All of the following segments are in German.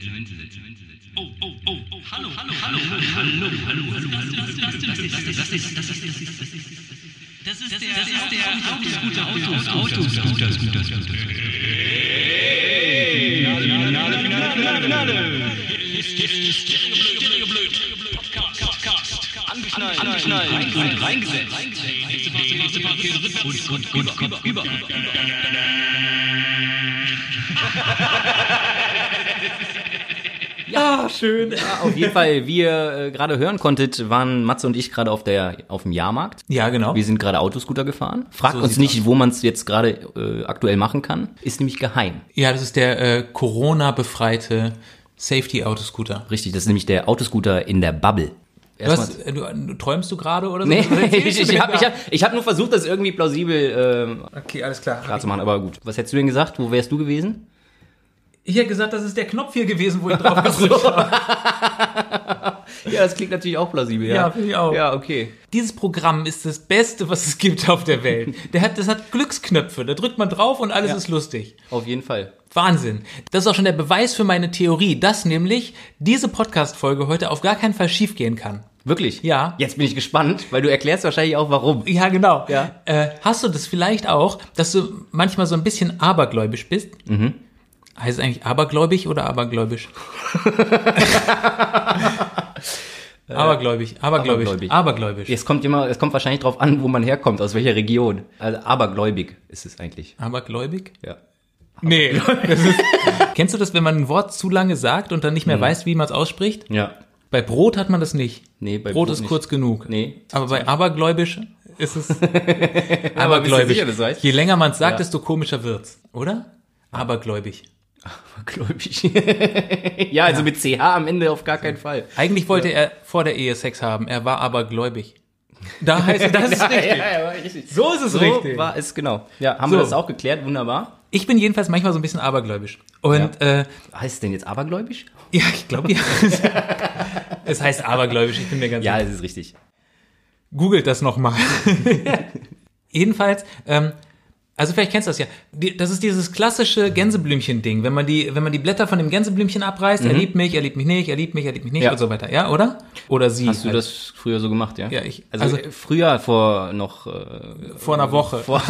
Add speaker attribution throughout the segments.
Speaker 1: Oh, oh, oh, oh, hallo, hallo, hallo, hallo, hallo, hallo, hallo, das ist, das ist, das ist, das ist, das ist, das ist, das ist, das ist der, das ist der Autoscooter, Autoscooter, Autoscooter, Scooter, Scooter.
Speaker 2: Finale, Finale, Finale, Finale, Finale.
Speaker 1: Stirrige Blöd, Podcast, Podcast,
Speaker 2: Angeschnallt, angeschnallt, reingesetzt.
Speaker 1: und, und, und, über, über,
Speaker 3: Ja, Ah, schön. Ja, auf jeden Fall, wie ihr äh, gerade hören konntet, waren Matze und ich gerade auf, der- auf dem Jahrmarkt.
Speaker 4: Ja, genau.
Speaker 3: Wir sind gerade Autoscooter gefahren. Fragt
Speaker 4: So
Speaker 3: uns
Speaker 4: sieht's
Speaker 3: nicht, wo man es jetzt gerade äh, aktuell machen kann. Ist nämlich geheim.
Speaker 4: Ja, das ist der äh, Corona-befreite Safety-Autoscooter.
Speaker 3: Richtig, das ist nämlich der Autoscooter in der Bubble.
Speaker 4: Du, hast, äh, du, äh, träumst du gerade oder so?
Speaker 3: Nee,
Speaker 4: Was erzählst
Speaker 3: ich,
Speaker 4: du
Speaker 3: ich
Speaker 4: denn
Speaker 3: habe ich
Speaker 4: da?
Speaker 3: hab, ich hab nur versucht, das irgendwie plausibel äh,
Speaker 4: Okay, alles klar.
Speaker 3: klar zu machen, aber gut. Was hättest du denn gesagt? Wo wärst du gewesen?
Speaker 4: Ich hätte gesagt, das ist der Knopf hier gewesen, wo ich drauf gedrückt habe.
Speaker 3: Ja, das klingt natürlich auch plausibel, ja.
Speaker 4: Ja, finde ich auch.
Speaker 3: Ja, okay.
Speaker 4: Dieses Programm ist das Beste, was es gibt auf der Welt. Der hat, das hat Glücksknöpfe. Da drückt man drauf und alles ist lustig.
Speaker 3: Auf jeden Fall.
Speaker 4: Wahnsinn. Das ist auch schon der Beweis für meine Theorie, dass nämlich diese Podcast-Folge heute auf gar keinen Fall schiefgehen kann.
Speaker 3: Wirklich?
Speaker 4: Ja.
Speaker 3: Jetzt bin ich gespannt, weil du erklärst wahrscheinlich auch, warum.
Speaker 4: Ja, genau.
Speaker 3: Ja.
Speaker 4: Äh, hast du das vielleicht auch, dass du manchmal so ein bisschen abergläubisch bist? Mhm. Heißt es eigentlich abergläubig oder abergläubisch? abergläubig, abergläubisch,
Speaker 3: abergläubig.
Speaker 4: abergläubisch.
Speaker 3: Es kommt immer, es kommt wahrscheinlich drauf an, wo man herkommt, aus welcher Region. Also abergläubig ist es eigentlich.
Speaker 4: Abergläubig?
Speaker 3: Ja.
Speaker 4: Nee. Das ist, kennst du das, wenn man ein Wort zu lange sagt und dann nicht mehr
Speaker 3: Mhm.
Speaker 4: weiß, wie man es ausspricht?
Speaker 3: Ja.
Speaker 4: Bei Brot hat man das nicht.
Speaker 3: Nee, bei
Speaker 4: Brot,
Speaker 3: Brot
Speaker 4: ist
Speaker 3: nicht.
Speaker 4: kurz genug.
Speaker 3: Nee.
Speaker 4: Aber bei abergläubisch ist es
Speaker 3: Aber bist du
Speaker 4: abergläubisch.
Speaker 3: sicher, das heißt?
Speaker 4: Je länger man es sagt,
Speaker 3: Ja.
Speaker 4: desto komischer wird's, oder? Abergläubig.
Speaker 3: Abergläubig. ja, also mit CH am Ende auf gar keinen Fall.
Speaker 4: Eigentlich wollte er vor der Ehe Sex haben, er war abergläubig. Da heißt das ist richtig. So ist es
Speaker 3: So
Speaker 4: richtig.
Speaker 3: war es, genau. Ja, haben
Speaker 4: So.
Speaker 3: wir das auch geklärt, wunderbar.
Speaker 4: Ich bin jedenfalls manchmal so ein bisschen abergläubisch. Und äh,
Speaker 3: Heißt es denn jetzt abergläubisch?
Speaker 4: ja, ich glaube ja. es heißt abergläubisch, ich bin mir ganz
Speaker 3: Ja, es ist richtig.
Speaker 4: Googelt das nochmal. Jedenfalls, ähm, also vielleicht kennst du das ja. Die, das ist dieses klassische Gänseblümchen-Ding. Wenn man die, wenn man die Blätter von dem Gänseblümchen abreißt, er liebt mich, er liebt mich nicht, er liebt mich, er liebt mich nicht
Speaker 3: Mhm. Ja.
Speaker 4: und so weiter. Ja, oder? Oder sie. Also
Speaker 3: Hast du das früher so gemacht, Also ja?
Speaker 4: Ja, ich-
Speaker 3: Also,
Speaker 4: also-
Speaker 3: früher vor noch. Äh,
Speaker 4: vor einer Woche?
Speaker 3: vor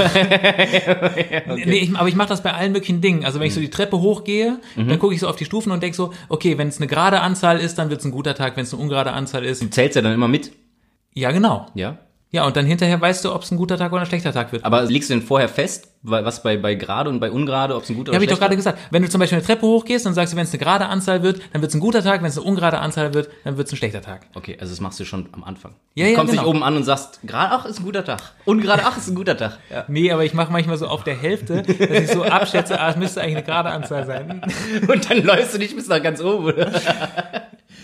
Speaker 4: Nee, ich, aber ich mache das bei allen möglichen Dingen. Also wenn
Speaker 3: Mhm.
Speaker 4: ich so die Treppe hochgehe, dann gucke ich so auf die Stufen und denk so, okay, wenn es eine gerade Anzahl ist, dann wird es ein guter Tag. Wenn es eine ungerade Anzahl ist,
Speaker 3: zählst ja dann immer mit,
Speaker 4: ja genau.
Speaker 3: ja?
Speaker 4: Ja, und dann hinterher weißt du, ob es ein guter Tag oder ein schlechter Tag wird.
Speaker 3: Aber legst du denn vorher fest, wa- was bei, bei gerade und bei ungerade, ob es ein guter
Speaker 4: Ja,
Speaker 3: oder
Speaker 4: habe ich doch
Speaker 3: schlechter
Speaker 4: gerade gesagt. Wenn du zum Beispiel eine Treppe hochgehst und sagst, wenn es eine gerade Anzahl wird, dann wird es ein guter Tag. Wenn es eine ungerade Anzahl wird, dann wird es ein schlechter Tag.
Speaker 3: Okay, also das machst du schon am Anfang.
Speaker 4: Ja,
Speaker 3: du
Speaker 4: ja,
Speaker 3: kommst
Speaker 4: genau.
Speaker 3: nicht oben an und sagst, gerade ach ist ein guter Tag. Und gerade ach ist ein guter Tag. Ja.
Speaker 4: Nee, aber ich mache manchmal so auf der Hälfte, dass ich so abschätze, ah, es müsste eigentlich eine gerade Anzahl sein.
Speaker 3: Und dann läufst du nicht bis nach ganz oben. Oder?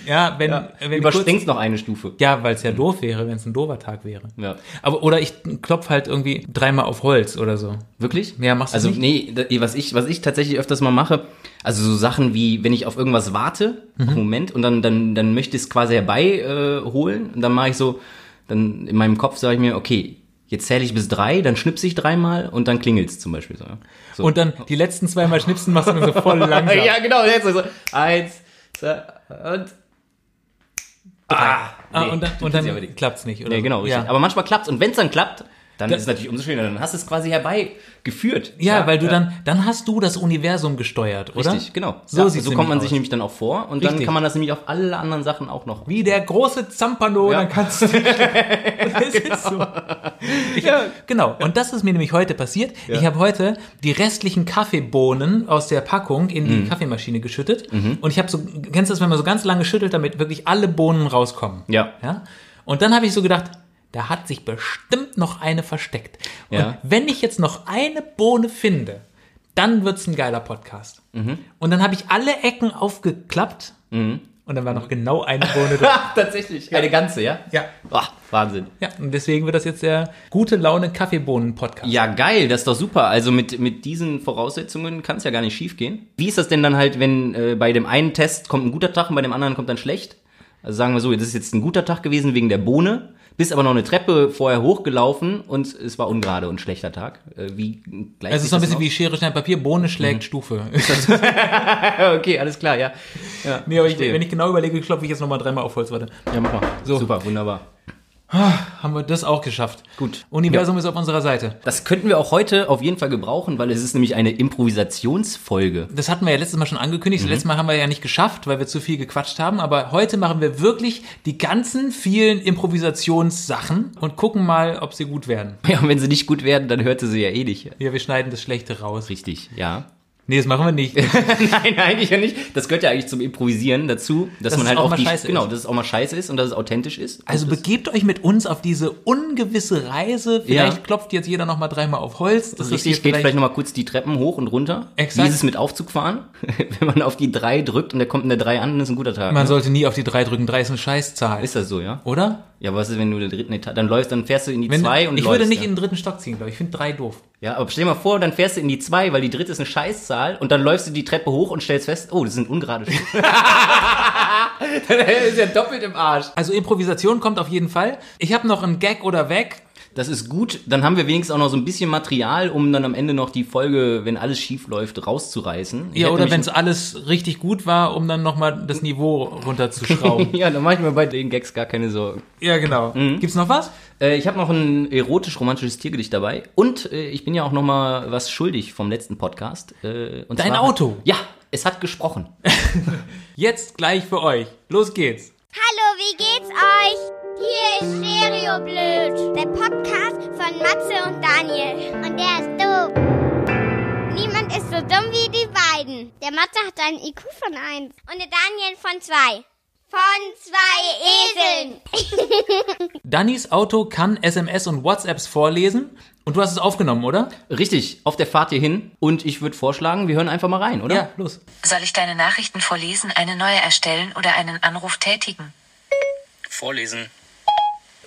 Speaker 4: Ja, wenn, wenn die Kurz,
Speaker 3: Überspringst noch eine Stufe.
Speaker 4: ja, weil es ja doof wäre, wenn es ein doofer Tag wäre.
Speaker 3: Ja.
Speaker 4: Aber oder ich klopf halt irgendwie dreimal auf Holz oder so.
Speaker 3: Wirklich?
Speaker 4: Ja, machst du
Speaker 3: also,
Speaker 4: nicht?
Speaker 3: nee, da- was ich, was ich tatsächlich öfters mal mache, also so Sachen wie, wenn ich auf irgendwas warte,
Speaker 4: Mhm.
Speaker 3: auf einen Moment, und dann, dann, dann möchte ich es quasi herbeiholen, äh, holen, und dann mache ich so, dann in meinem Kopf sage ich mir, okay, jetzt zähle ich bis drei, dann schnipse ich dreimal und dann klingelt's zum Beispiel so. ja. so.
Speaker 4: Und dann die letzten zweimal schnipsen machst du dann so voll langsam.
Speaker 3: ja, genau, jetzt so, eins, zwei, und
Speaker 4: ah,
Speaker 3: nee,
Speaker 4: und dann,
Speaker 3: das
Speaker 4: und
Speaker 3: ist ja aber die-
Speaker 4: dann klappt's nicht, oder?
Speaker 3: Ja,
Speaker 4: so.
Speaker 3: genau, richtig.
Speaker 4: Ja.
Speaker 3: Aber manchmal klappt's und wenn's dann klappt, dann
Speaker 4: Da-
Speaker 3: ist es natürlich umso schöner. Dann hast du es quasi herbeigeführt.
Speaker 4: ja, weil du dann, dann hast du das Universum gesteuert, oder?
Speaker 3: Richtig, genau.
Speaker 4: So
Speaker 3: ja,
Speaker 4: sieht's
Speaker 3: so kommt man
Speaker 4: nämlich
Speaker 3: sich
Speaker 4: aus.
Speaker 3: nämlich dann auch vor und dann
Speaker 4: Richtig.
Speaker 3: kann man das nämlich auf alle anderen Sachen auch noch.
Speaker 4: Wie der große Zampano,
Speaker 3: Ja.
Speaker 4: dann kannst du nicht. Das ist so. Ich, Genau, und das ist mir nämlich heute passiert. Ich habe heute die restlichen Kaffeebohnen aus der Packung in die Kaffeemaschine geschüttet. Und ich habe so, kennst du das, wenn man so ganz lange schüttelt, damit wirklich alle Bohnen rauskommen?
Speaker 3: Ja.
Speaker 4: ja? Und dann habe ich so gedacht, da hat sich bestimmt noch eine versteckt. Und
Speaker 3: Ja.
Speaker 4: wenn ich jetzt noch eine Bohne finde, dann wird's ein geiler Podcast.
Speaker 3: Mhm.
Speaker 4: Und dann habe ich alle Ecken aufgeklappt und dann war noch genau eine Bohne drin.
Speaker 3: Tatsächlich. Eine ganze, ja?
Speaker 4: Ja.
Speaker 3: Boah, Wahnsinn.
Speaker 4: Ja, und deswegen wird das jetzt der gute Laune Kaffeebohnen Podcast.
Speaker 3: Ja, geil, das ist doch super. Also mit, mit diesen Voraussetzungen kann es ja gar nicht schief gehen. Wie ist das denn dann halt, wenn äh, bei dem einen Test kommt ein guter Tag und bei dem anderen kommt dann schlecht? Also sagen wir so, das ist jetzt ein guter Tag gewesen wegen der Bohne, bist aber noch eine Treppe vorher hochgelaufen und es war ungerade und schlechter Tag. Äh, Wie gleich
Speaker 4: Also Es ist so ein bisschen wie Schere, Stein, Papier, Bohne
Speaker 3: Mhm.
Speaker 4: schlägt Stufe.
Speaker 3: Okay, alles klar, ja. ja
Speaker 4: nee, aber ich,
Speaker 3: verstehe.
Speaker 4: wenn ich genau überlege, klopfe ich jetzt nochmal dreimal auf Holz, warte.
Speaker 3: ja, mach mal. Super, wunderbar.
Speaker 4: Haben wir das auch geschafft.
Speaker 3: Gut.
Speaker 4: Universum ist auf unserer Seite.
Speaker 3: Das könnten wir auch heute auf jeden Fall gebrauchen, weil es ist nämlich eine Improvisationsfolge.
Speaker 4: Das hatten wir ja letztes Mal schon angekündigt.
Speaker 3: Mhm.
Speaker 4: Das letzte Mal haben wir ja nicht geschafft, weil wir zu viel gequatscht haben. Aber heute machen wir wirklich die ganzen vielen Improvisationssachen und gucken mal, ob sie gut werden.
Speaker 3: Ja, und wenn sie nicht gut werden, dann hörte sie ja eh nicht.
Speaker 4: Ja, wir schneiden das Schlechte raus.
Speaker 3: Richtig, ja.
Speaker 4: Nee, das machen wir nicht.
Speaker 3: Nein, eigentlich ja nicht. Das gehört ja eigentlich zum Improvisieren dazu, dass
Speaker 4: Dass
Speaker 3: man
Speaker 4: es
Speaker 3: halt
Speaker 4: auch
Speaker 3: auch,
Speaker 4: mal
Speaker 3: die,
Speaker 4: scheiße
Speaker 3: genau,
Speaker 4: ist.
Speaker 3: dass es auch mal scheiße ist und dass es authentisch ist. Und
Speaker 4: Also
Speaker 3: das-
Speaker 4: begebt euch mit uns auf diese ungewisse Reise. Vielleicht
Speaker 3: Ja.
Speaker 4: klopft jetzt jeder nochmal dreimal auf Holz. Das
Speaker 3: Richtig,
Speaker 4: hier
Speaker 3: geht vielleicht nochmal kurz die Treppen hoch und runter.
Speaker 4: Exakt.
Speaker 3: Wie ist es mit Aufzug fahren? Wenn man auf die 3 drückt und der kommt in der 3 an, dann ist ein guter Tag.
Speaker 4: Man
Speaker 3: ne?
Speaker 4: sollte nie auf die drei drücken. Drei ist eine Scheißzahl.
Speaker 3: ist das so, ja?
Speaker 4: Oder?
Speaker 3: Ja, aber was ist, wenn du in der dritten Etage, dann läufst, dann fährst du in die
Speaker 4: Wenn-
Speaker 3: 2 und
Speaker 4: ich
Speaker 3: läufst,
Speaker 4: würde nicht
Speaker 3: ja.
Speaker 4: in den dritten Stock ziehen, glaube ich. Ich finde drei doof.
Speaker 3: ja, aber stell dir mal vor, dann fährst du in die 2, weil die dritte ist eine Scheißzahl und dann läufst du die Treppe hoch und stellst fest, oh, das sind ungerade Stufen. Dann ist ja doppelt im Arsch.
Speaker 4: Also Improvisation kommt auf jeden Fall. Ich habe noch einen Gag oder Weg.
Speaker 3: Das ist gut, dann haben wir wenigstens auch noch so ein bisschen Material, um dann am Ende noch die Folge, wenn alles schief läuft, rauszureißen. Ich
Speaker 4: Ja,
Speaker 3: hätte
Speaker 4: oder
Speaker 3: mich-
Speaker 4: wenn es alles richtig gut war, um dann nochmal das Niveau runterzuschrauben.
Speaker 3: Ja, dann mache ich mir bei den Gags gar keine Sorgen.
Speaker 4: ja, genau. Gibt's noch was?
Speaker 3: Äh, ich habe noch ein erotisch-romantisches Tiergedicht dabei und äh, ich bin ja auch noch mal was schuldig vom letzten Podcast. Äh, und
Speaker 4: Dein
Speaker 3: zwar-
Speaker 4: Auto?
Speaker 3: Ja, es hat gesprochen.
Speaker 4: Jetzt gleich für euch. Los geht's.
Speaker 5: Hallo, wie geht's euch? Hier ist Stereo Blöd, der Podcast von Matze und Daniel. Und der ist dumm. Niemand ist so dumm wie die beiden. Der Matze hat einen IQ von 1 und der Daniel von 2. Von zwei Eseln.
Speaker 4: Dannys Auto kann SMS und WhatsApps vorlesen und du hast es aufgenommen, oder?
Speaker 3: Richtig, auf der Fahrt hierhin. Und ich würde vorschlagen, wir hören einfach mal rein, oder?
Speaker 4: Ja, los.
Speaker 6: Soll ich deine Nachrichten vorlesen, eine neue erstellen oder einen Anruf tätigen?
Speaker 7: Vorlesen.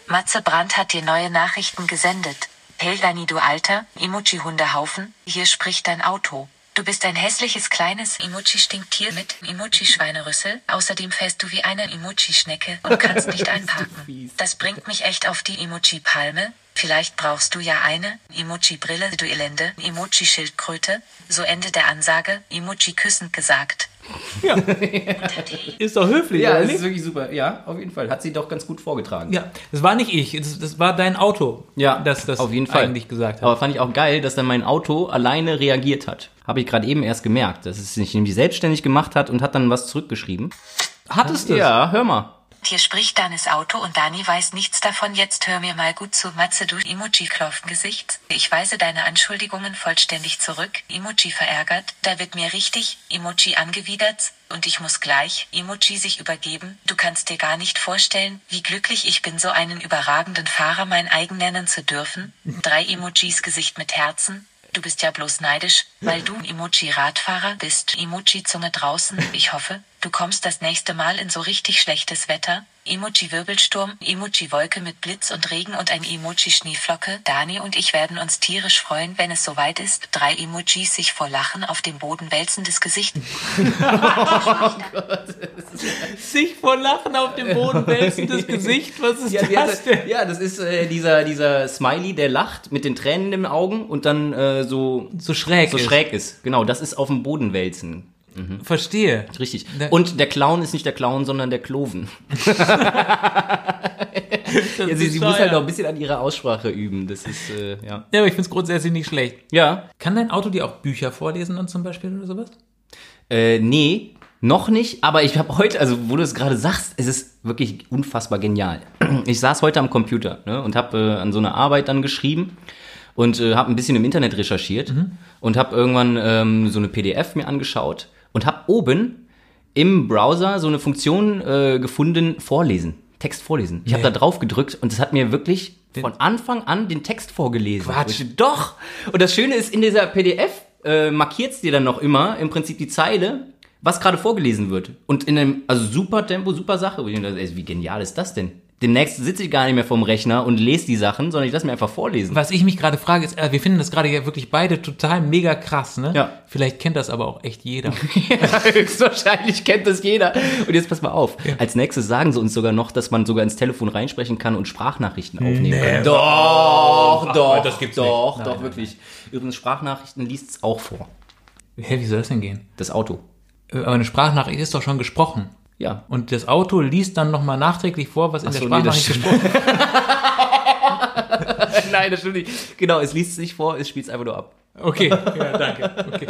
Speaker 6: Matze Brandt hat dir neue Nachrichten gesendet. Hey Dani, du alter Emoji-Hundehaufen, hier spricht dein Auto. Du bist ein hässliches kleines Emoji-Stinktier mit Emoji-Schweinerüssel. Außerdem fährst du wie eine Emoji-Schnecke und kannst nicht einparken. Das bringt mich echt auf die Emoji-Palme. Vielleicht brauchst du ja eine Emoji-Brille, du Elende, Emoji-Schildkröte. So Ende der Ansage, Emoji küssend gesagt.
Speaker 4: Ist doch höflich,
Speaker 3: Ja,
Speaker 4: ja,
Speaker 3: das ist
Speaker 4: oder?
Speaker 3: wirklich super. Ja, auf jeden Fall. Hat sie doch ganz gut vorgetragen.
Speaker 4: Ja, das war nicht ich, das, das war dein Auto,
Speaker 3: Ja,
Speaker 4: das das
Speaker 3: auf jeden Fall.
Speaker 4: eigentlich gesagt hat.
Speaker 3: Aber fand ich auch geil, dass dann mein Auto alleine reagiert hat. Habe ich gerade eben erst gemerkt, dass es sich nämlich selbstständig gemacht hat und hat dann was zurückgeschrieben.
Speaker 4: Hattest du es?
Speaker 3: Ja, hör mal.
Speaker 6: Hier spricht Danis Auto und Dani weiß nichts davon. Jetzt hör mir mal gut zu, Matze, du Emoji-Klopfgesicht. Ich weise deine Anschuldigungen vollständig zurück. Emoji verärgert, da wird mir richtig Emoji angewidert und ich muss gleich Emoji sich übergeben. Du kannst dir gar nicht vorstellen, wie glücklich ich bin, so einen überragenden Fahrer mein eigen nennen zu dürfen. Drei Emojis Gesicht mit Herzen. Du bist ja bloß neidisch, weil du Emoji-Radfahrer bist. Emoji-Zunge draußen. Ich hoffe, du kommst das nächste Mal in so richtig schlechtes Wetter. Emoji-Wirbelsturm, Emoji-Wolke mit Blitz und Regen und ein Emoji-Schneeflocke. Dani und ich werden uns tierisch freuen, wenn es soweit ist. Drei Emojis sich vor Lachen auf dem Boden wälzendes Gesicht.
Speaker 4: Sich vor Lachen auf dem Boden wälzendes Gesicht, was ist
Speaker 3: Ja, die
Speaker 4: das denn?
Speaker 3: hatte, ja, das ist äh, dieser, dieser Smiley, der lacht mit den Tränen in den Augen und dann äh, so,
Speaker 4: So schräg
Speaker 3: so
Speaker 4: ist.
Speaker 3: schräg ist. Genau, das ist auf dem Boden wälzen.
Speaker 4: Verstehe.
Speaker 3: Richtig.
Speaker 4: Ne.
Speaker 3: Und der Clown ist nicht der Clown, sondern der Kloven.
Speaker 4: Das
Speaker 3: Ja, sie
Speaker 4: ist
Speaker 3: sie muss
Speaker 4: teuer.
Speaker 3: halt noch ein bisschen an ihrer Aussprache üben. Das ist, äh, ja.
Speaker 4: Ja, aber ich find's grundsätzlich nicht schlecht.
Speaker 3: Ja.
Speaker 4: Kann dein Auto dir auch Bücher vorlesen dann zum Beispiel oder sowas?
Speaker 3: Äh, nee, noch nicht, aber ich habe heute, also wo du es gerade sagst, es ist wirklich unfassbar genial. Ich saß heute am Computer ne, und habe äh, an so einer Arbeit dann geschrieben und äh, habe ein bisschen im Internet recherchiert und habe irgendwann ähm, so eine PDF mir angeschaut und habe oben im Browser so eine Funktion äh, gefunden, vorlesen. Text vorlesen. Ich habe da drauf gedrückt und es hat mir wirklich von Anfang an den Text vorgelesen.
Speaker 4: Quatsch.
Speaker 3: Und doch. Und das Schöne ist, in dieser PDF äh, markiert es dir dann noch immer im Prinzip die Zeile, was gerade vorgelesen wird. Und in einem also super Tempo, super Sache. Und ich dachte, ey, wie genial ist das denn? demnächst sitze ich gar nicht mehr vorm Rechner und lese die Sachen, sondern ich lasse mir einfach vorlesen.
Speaker 4: Was ich mich gerade frage, ist, äh, wir finden das gerade ja wirklich beide total mega krass, ne?
Speaker 3: Ja.
Speaker 4: Vielleicht kennt das aber auch echt jeder.
Speaker 3: Ja, höchstwahrscheinlich kennt das jeder. Und jetzt pass mal auf. Als nächstes sagen sie uns sogar noch, dass man sogar ins Telefon reinsprechen kann und Sprachnachrichten aufnehmen kann. Doch, doch,
Speaker 4: das gibt's
Speaker 3: doch,
Speaker 4: nicht. Nein,
Speaker 3: doch,
Speaker 4: nein,
Speaker 3: wirklich. Übrigens, Sprachnachrichten liest es auch vor.
Speaker 4: Hä, wie soll das denn gehen?
Speaker 3: Das Auto.
Speaker 4: Äh, Aber eine Sprachnachricht ist doch schon gesprochen.
Speaker 3: Ja.
Speaker 4: Und das Auto liest dann nochmal nachträglich vor, was in der
Speaker 3: so, nee, das
Speaker 4: Sprachnachricht gesprochen wird.
Speaker 3: Nein, das stimmt nicht. Genau, es liest es nicht vor, es spielt es einfach nur ab.
Speaker 4: Okay, ja, danke. Okay.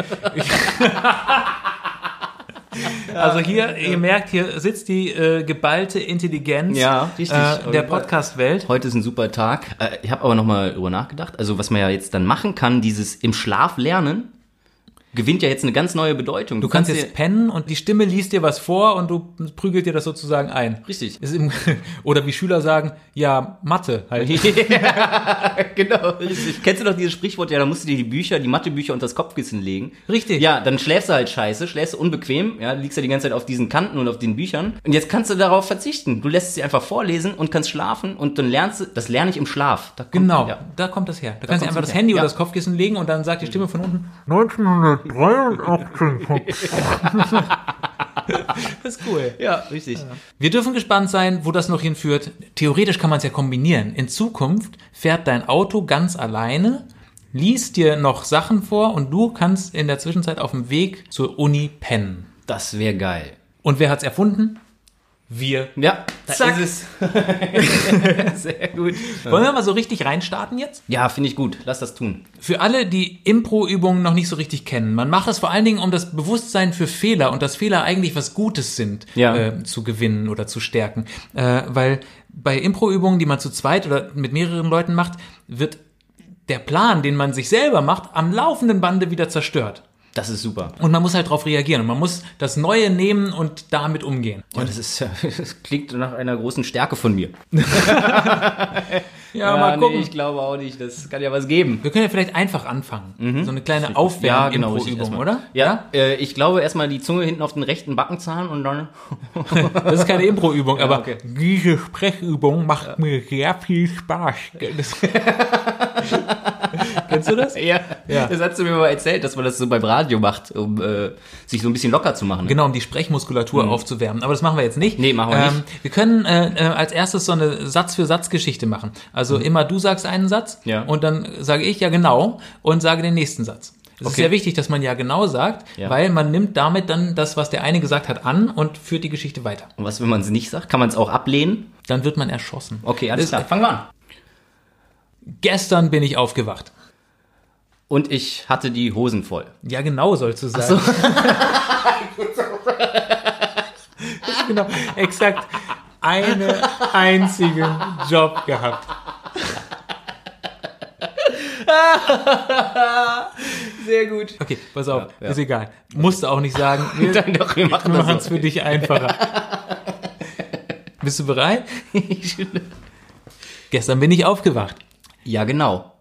Speaker 4: Also hier, ihr merkt, hier sitzt die äh, geballte Intelligenz
Speaker 3: Ja, richtig, auf
Speaker 4: äh,
Speaker 3: jeden
Speaker 4: der
Speaker 3: Fall.
Speaker 4: Podcast-Welt.
Speaker 3: Heute ist ein super Tag. Äh, ich habe aber nochmal drüber nachgedacht. Also, was man ja jetzt dann machen kann, dieses im Schlaf lernen, gewinnt ja jetzt eine ganz neue Bedeutung.
Speaker 4: Du kannst jetzt pennen und die Stimme liest dir was vor und du prügelt dir das sozusagen ein.
Speaker 3: Richtig.
Speaker 4: Ist im, oder wie Schüler sagen, ja, Mathe halt.
Speaker 3: genau, richtig. Kennst du doch dieses Sprichwort, ja, da musst du dir die Bücher, die Mathebücher unter das Kopfkissen legen.
Speaker 4: Richtig.
Speaker 3: Ja, dann schläfst du halt scheiße, schläfst du unbequem, ja, liegst ja die ganze Zeit auf diesen Kanten und auf den Büchern. Und jetzt kannst du darauf verzichten. Du lässt sie einfach vorlesen und kannst schlafen und dann lernst du, das lerne ich im Schlaf. Da kommt-
Speaker 4: Genau,
Speaker 3: Ja.
Speaker 4: da kommt das her. Da, kannst
Speaker 3: kommt's
Speaker 4: du einfach das
Speaker 3: her.
Speaker 4: Handy
Speaker 3: Ja.
Speaker 4: oder das Kopfkissen legen und dann sagt die Stimme von unten,
Speaker 8: 1983 hat
Speaker 4: das ist cool.
Speaker 3: ja, richtig.
Speaker 4: Wir dürfen gespannt sein, wo das noch hinführt. Theoretisch kann man es ja kombinieren. In Zukunft fährt dein Auto ganz alleine, liest dir noch Sachen vor und du kannst in der Zwischenzeit auf dem Weg zur Uni pennen.
Speaker 3: Das wäre geil.
Speaker 4: Und wer hat's erfunden? Wir.
Speaker 3: Ja, da
Speaker 4: Zack.
Speaker 3: ist es. Sehr gut.
Speaker 4: Wollen wir mal so richtig reinstarten jetzt?
Speaker 3: Ja, finde ich gut. Lass das tun.
Speaker 4: Für alle, die Impro-Übungen noch nicht so richtig kennen, man macht das vor allen Dingen, um das Bewusstsein für Fehler und dass Fehler eigentlich was Gutes sind,
Speaker 3: Ja.
Speaker 4: äh, zu gewinnen oder zu stärken. Äh, weil bei Impro-Übungen, die man zu zweit oder mit mehreren Leuten macht, wird der Plan, den man sich selber macht, am laufenden Bande wieder zerstört.
Speaker 3: Das ist super.
Speaker 4: Und man muss halt darauf reagieren und man muss das Neue nehmen und damit umgehen.
Speaker 3: Ja, das, ist, das klingt nach einer großen Stärke von mir.
Speaker 4: Ja,
Speaker 3: glaube auch nicht. Das kann ja was geben.
Speaker 4: wir können ja vielleicht einfach anfangen.
Speaker 3: Mhm.
Speaker 4: So eine kleine Aufwärm-Impro-Übung,
Speaker 3: genau, erstmal.
Speaker 4: oder?
Speaker 3: Ja, Äh, ich glaube erstmal die Zunge hinten auf den rechten Backenzahn und dann.
Speaker 4: Das ist keine Impro-Übung, aber
Speaker 3: okay.
Speaker 4: diese Sprechübung macht mir sehr viel Spaß. Das Kennst du das?
Speaker 3: Ja,
Speaker 4: Ja.
Speaker 3: das hast du mir mal erzählt, dass man das so beim Radio macht, um äh, sich so ein bisschen locker zu machen.
Speaker 4: Genau, um die Sprechmuskulatur aufzuwärmen. Aber das machen wir jetzt nicht.
Speaker 3: Mhm. Nee, machen wir
Speaker 4: nicht. Wir können äh, äh, als erstes so eine Satz-für-Satz-Geschichte machen. Also immer du sagst einen Satz
Speaker 3: Mhm. Ja.
Speaker 4: und dann sage ich ja genau und sage den nächsten Satz. Es ist
Speaker 3: Okay.
Speaker 4: sehr wichtig, dass man ja genau sagt,
Speaker 3: Ja.
Speaker 4: weil man nimmt damit dann das, was der eine gesagt hat, an und führt die Geschichte weiter.
Speaker 3: Und was, wenn man es nicht sagt? Kann man es auch ablehnen?
Speaker 4: Dann wird man erschossen.
Speaker 3: Okay, alles
Speaker 4: Das-
Speaker 3: klar. Fangen wir an.
Speaker 4: Gestern bin ich aufgewacht.
Speaker 3: Und ich hatte die Hosen voll.
Speaker 4: Ja, genau sollst du sagen. So. genau, exakt einen einzigen Job gehabt.
Speaker 3: Sehr gut.
Speaker 4: Okay, pass auf, ist egal. Musst du auch nicht sagen. Wir,
Speaker 3: Dann doch, wir machen
Speaker 4: wir machen
Speaker 3: das
Speaker 4: es
Speaker 3: so.
Speaker 4: für dich einfacher. Bist du bereit? Gestern bin ich aufgewacht.
Speaker 3: Ja, genau.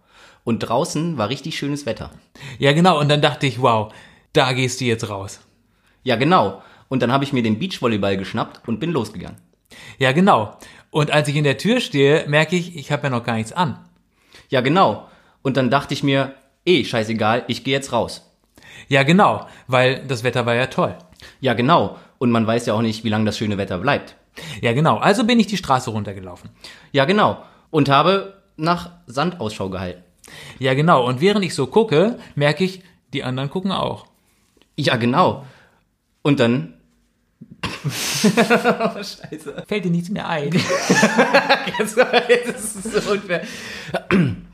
Speaker 3: Und draußen war richtig schönes Wetter.
Speaker 4: Ja, genau, und dann dachte ich, wow, da gehst du jetzt raus.
Speaker 3: Ja, genau. Und dann habe ich mir den Beachvolleyball geschnappt und bin losgegangen.
Speaker 4: Ja, genau. Und als ich in der Tür stehe, merke ich, ich habe ja noch gar nichts an.
Speaker 3: Ja, genau. Und dann dachte ich mir, eh, scheißegal, ich gehe jetzt raus.
Speaker 4: Ja, genau, weil das Wetter war ja toll.
Speaker 3: Ja, genau. Und man weiß ja auch nicht, wie lange das schöne Wetter bleibt.
Speaker 4: Ja, genau. Also bin ich die Straße runtergelaufen.
Speaker 3: Ja, genau. Und habe nach Sand Ausschau gehalten.
Speaker 4: Ja, genau. Und während ich so gucke, merke ich, die anderen gucken auch.
Speaker 3: Ja, genau. Und dann,
Speaker 4: Fällt dir nichts mehr ein.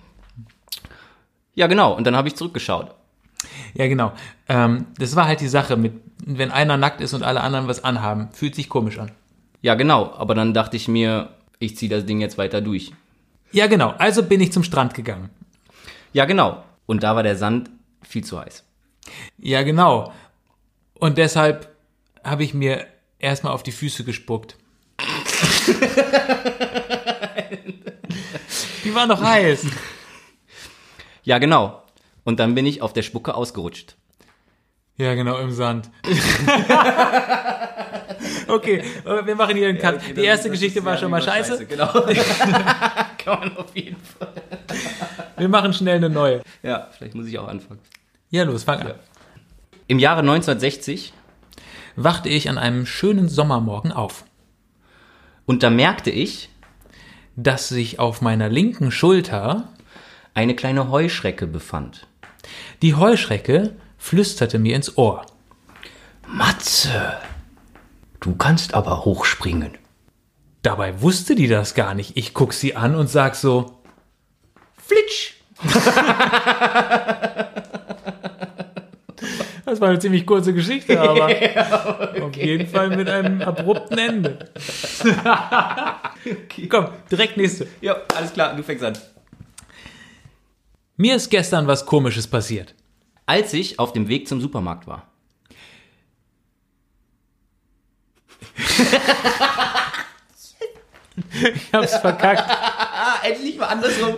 Speaker 3: ja, genau. Und dann habe ich zurückgeschaut.
Speaker 4: ja, genau. Ähm, das war halt die Sache mit, wenn einer nackt ist und alle anderen was anhaben, fühlt sich komisch an.
Speaker 3: Ja, genau. Aber dann dachte ich mir, ich ziehe das Ding jetzt weiter durch.
Speaker 4: Ja, genau. Also bin ich zum Strand gegangen.
Speaker 3: Ja, genau. Und da war der Sand viel zu heiß.
Speaker 4: Ja, genau. Und deshalb habe ich mir erstmal auf die Füße gespuckt. die waren doch heiß.
Speaker 3: Ja, genau. Und dann bin ich auf der Spucke ausgerutscht.
Speaker 4: Ja, genau, im Sand. Okay, äh, wir machen hier einen Cut.
Speaker 3: Okay,
Speaker 4: die
Speaker 3: dann-
Speaker 4: erste
Speaker 3: das
Speaker 4: Geschichte
Speaker 3: ist
Speaker 4: war
Speaker 3: ja
Speaker 4: schon mal
Speaker 3: lieber
Speaker 4: scheiße.
Speaker 3: Genau. Kann man auf jeden Fall.
Speaker 4: Wir machen schnell eine neue.
Speaker 3: Ja, vielleicht muss ich auch anfangen.
Speaker 4: Ja, los, fang an.
Speaker 3: Im Jahre 1960
Speaker 4: Wachte ich an einem schönen Sommermorgen auf,
Speaker 3: und da merkte ich
Speaker 4: dass sich auf meiner linken Schulter
Speaker 3: eine kleine Heuschrecke befand.
Speaker 4: die Heuschrecke flüsterte mir ins Ohr.
Speaker 3: Matze, du kannst aber hochspringen.
Speaker 4: Dabei wusste die das gar nicht. Ich guck sie an und sag so, Flitsch! Das war eine ziemlich kurze Geschichte, aber auf jeden Fall mit einem abrupten Ende. Komm, direkt nächste.
Speaker 3: Ja, alles klar, du fängst an.
Speaker 4: Mir ist gestern was Komisches passiert.
Speaker 3: Als ich auf dem Weg zum Supermarkt war.
Speaker 4: Ich hab's verkackt.
Speaker 3: Ah, endlich mal andersrum.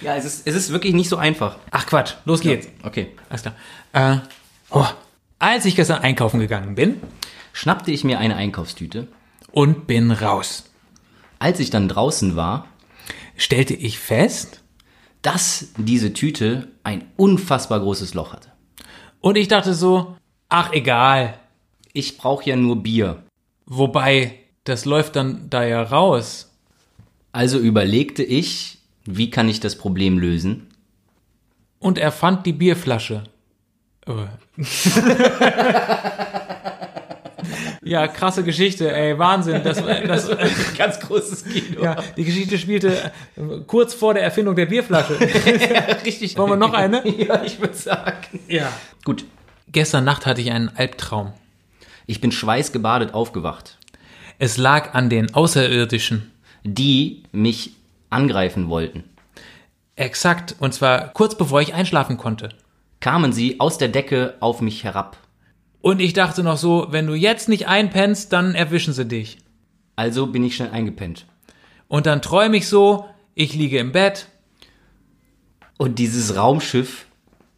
Speaker 3: ja, es ist, es ist wirklich nicht so einfach.
Speaker 4: Ach Quatsch, los geht's.
Speaker 3: Okay.
Speaker 4: Alles klar. Äh, oh. Als ich gestern einkaufen gegangen bin
Speaker 3: Schnappte ich mir eine Einkaufstüte.
Speaker 4: und bin raus,
Speaker 3: Als ich dann draußen war,
Speaker 4: stellte ich fest,
Speaker 3: dass diese Tüte ein unfassbar großes Loch hatte.
Speaker 4: Und ich dachte so, ach egal.
Speaker 3: Ich brauche ja nur Bier.
Speaker 4: Wobei, das läuft dann da ja raus.
Speaker 3: Also überlegte ich, wie kann ich das Problem lösen?
Speaker 4: Und er fand die Bierflasche. Äh. ja, krasse Geschichte, ey, Wahnsinn. Das, das,
Speaker 3: Ganz großes Kino.
Speaker 4: ja, die Geschichte spielte äh, kurz vor der Erfindung der Bierflasche.
Speaker 3: richtig.
Speaker 4: Wollen wir noch eine?
Speaker 3: Ja, ich würde sagen.
Speaker 4: Ja.
Speaker 3: Gut.
Speaker 4: Gestern Nacht hatte ich einen Albtraum.
Speaker 3: Ich bin schweißgebadet aufgewacht.
Speaker 4: Es lag an den Außerirdischen.
Speaker 3: Die mich angreifen wollten.
Speaker 4: Exakt, und zwar kurz bevor ich einschlafen konnte.
Speaker 3: Kamen sie aus der Decke auf mich herab.
Speaker 4: Und ich dachte noch so, wenn du jetzt nicht einpennst, dann erwischen sie dich.
Speaker 3: Also bin ich schnell eingepennt.
Speaker 4: Und dann träume ich so, ich liege im Bett
Speaker 3: Und dieses Raumschiff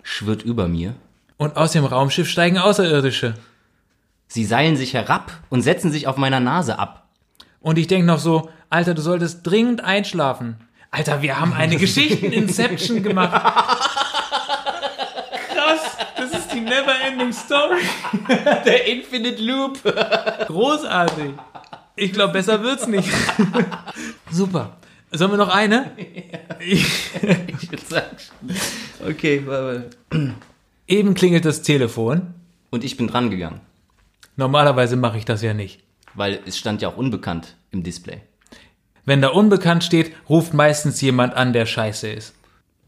Speaker 3: schwirrt über mir.
Speaker 4: und aus dem Raumschiff steigen Außerirdische.
Speaker 3: Sie seilen sich herab und setzen sich auf meiner Nase ab.
Speaker 4: Und ich denke noch so, Alter, du solltest dringend einschlafen. Alter, wir haben eine Geschichten-Inception gemacht. Krass, das ist die never-ending Story.
Speaker 3: Der Infinite Loop.
Speaker 4: Großartig. Ich glaube, besser wird's nicht. Super. Sollen wir noch eine?
Speaker 3: Ich würd sagen. Okay, warte.
Speaker 4: Eben klingelt das Telefon.
Speaker 3: Und ich bin dran gegangen,
Speaker 4: Normalerweise mache ich das ja nicht.
Speaker 3: weil es stand ja auch unbekannt im Display.
Speaker 4: Wenn da unbekannt steht, ruft meistens jemand an, der scheiße ist.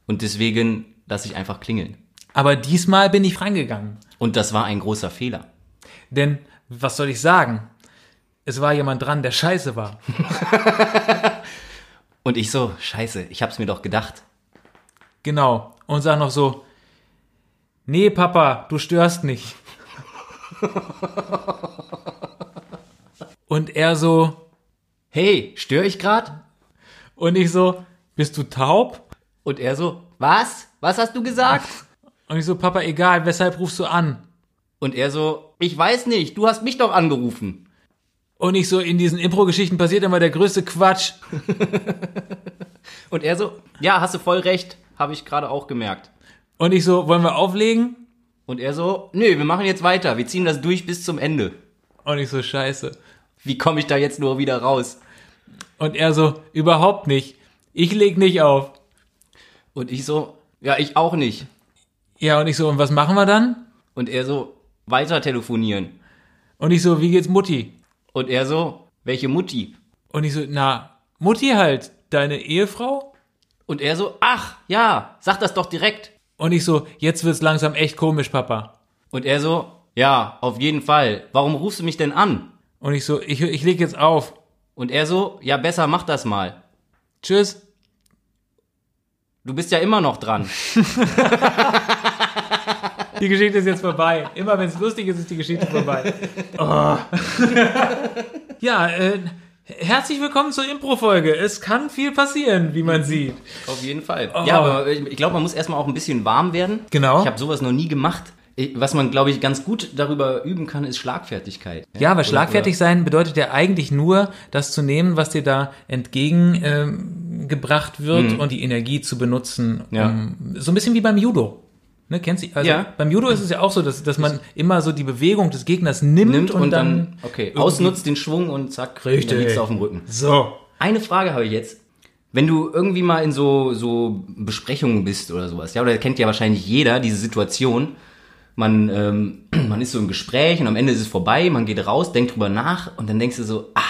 Speaker 3: Und deswegen lasse ich einfach klingeln.
Speaker 4: Aber diesmal bin ich reingegangen.
Speaker 3: Und das war ein großer Fehler.
Speaker 4: Denn, was soll ich sagen? Es war jemand dran, der scheiße war.
Speaker 3: Und ich so, scheiße, ich hab's mir doch gedacht.
Speaker 4: Genau. Und sag noch so, nee, Papa, du störst nicht. Und er so,
Speaker 3: Hey, störe ich grad?
Speaker 4: und ich so, bist du taub?
Speaker 3: Und er so, was? Was hast du gesagt?
Speaker 4: Und ich so, Papa, egal, weshalb rufst du an?
Speaker 3: Und er so, ich weiß nicht, du hast mich doch angerufen.
Speaker 4: Und ich so, in diesen Impro-Geschichten passiert immer der größte Quatsch.
Speaker 3: Und er so, ja, hast du voll recht, habe ich gerade auch gemerkt.
Speaker 4: Und ich so, wollen wir auflegen?
Speaker 3: Und er so, nö, wir machen jetzt weiter, wir ziehen das durch bis zum Ende.
Speaker 4: Und ich so, scheiße.
Speaker 3: Wie komme ich da jetzt nur wieder raus?
Speaker 4: Und er so, überhaupt nicht. Ich leg nicht auf.
Speaker 3: Und ich so, ja, ich auch nicht.
Speaker 4: Ja, und ich so, und was machen wir dann?
Speaker 3: Und er so, weiter telefonieren.
Speaker 4: Und ich so, wie geht's Mutti?
Speaker 3: Und er so, welche Mutti?
Speaker 4: Und ich so, na, Mutti halt, deine Ehefrau?
Speaker 3: Und er so, ach, ja, sag das doch direkt.
Speaker 4: Und ich so, jetzt wird's langsam echt komisch, Papa.
Speaker 3: Und er so, ja, auf jeden Fall. Warum rufst du mich denn an?
Speaker 4: Und ich so, ich, ich leg jetzt auf.
Speaker 3: Und er so, ja, besser mach das mal.
Speaker 4: Tschüss.
Speaker 3: Du bist ja immer noch dran.
Speaker 4: Die Geschichte ist jetzt vorbei. Immer wenn es lustig ist, ist die Geschichte vorbei. Oh. ja, äh, herzlich willkommen zur Impro-Folge. Es kann viel passieren, wie man sieht.
Speaker 3: Auf jeden Fall. Ja, aber ich, ich glaube, man muss erstmal auch ein bisschen warm werden.
Speaker 4: Oh. Genau.
Speaker 3: Ich habe sowas noch nie gemacht. ich- was man, glaube ich, ganz gut darüber üben kann, ist Schlagfertigkeit.
Speaker 4: Ja, weil
Speaker 3: Oder-
Speaker 4: schlagfertig sein bedeutet ja eigentlich nur, das zu nehmen, was dir da entgegengebracht ähm, gebracht wird und die Energie zu benutzen.
Speaker 3: Mhm. Ja.
Speaker 4: Um, so ein bisschen wie beim Judo. Ne, kennst du? Also
Speaker 3: Ja.
Speaker 4: Beim Judo ist es ja auch so, dass, dass man immer so die Bewegung des Gegners nimmt,
Speaker 3: oder nimmt
Speaker 4: und, dann,
Speaker 3: okay,
Speaker 4: irgendwie-
Speaker 3: ausnutzt den Schwung und zack,
Speaker 4: Richtig.
Speaker 3: dann liegst du auf dem Rücken.
Speaker 4: So.
Speaker 3: Eine Frage habe ich jetzt. Wenn du irgendwie mal in so, so Besprechungen bist oder sowas, ja, oder kennt ja wahrscheinlich jeder diese Situation. Man, ähm, man ist so im Gespräch und am Ende ist es vorbei, man geht raus, denkt drüber nach und dann denkst du so, ah,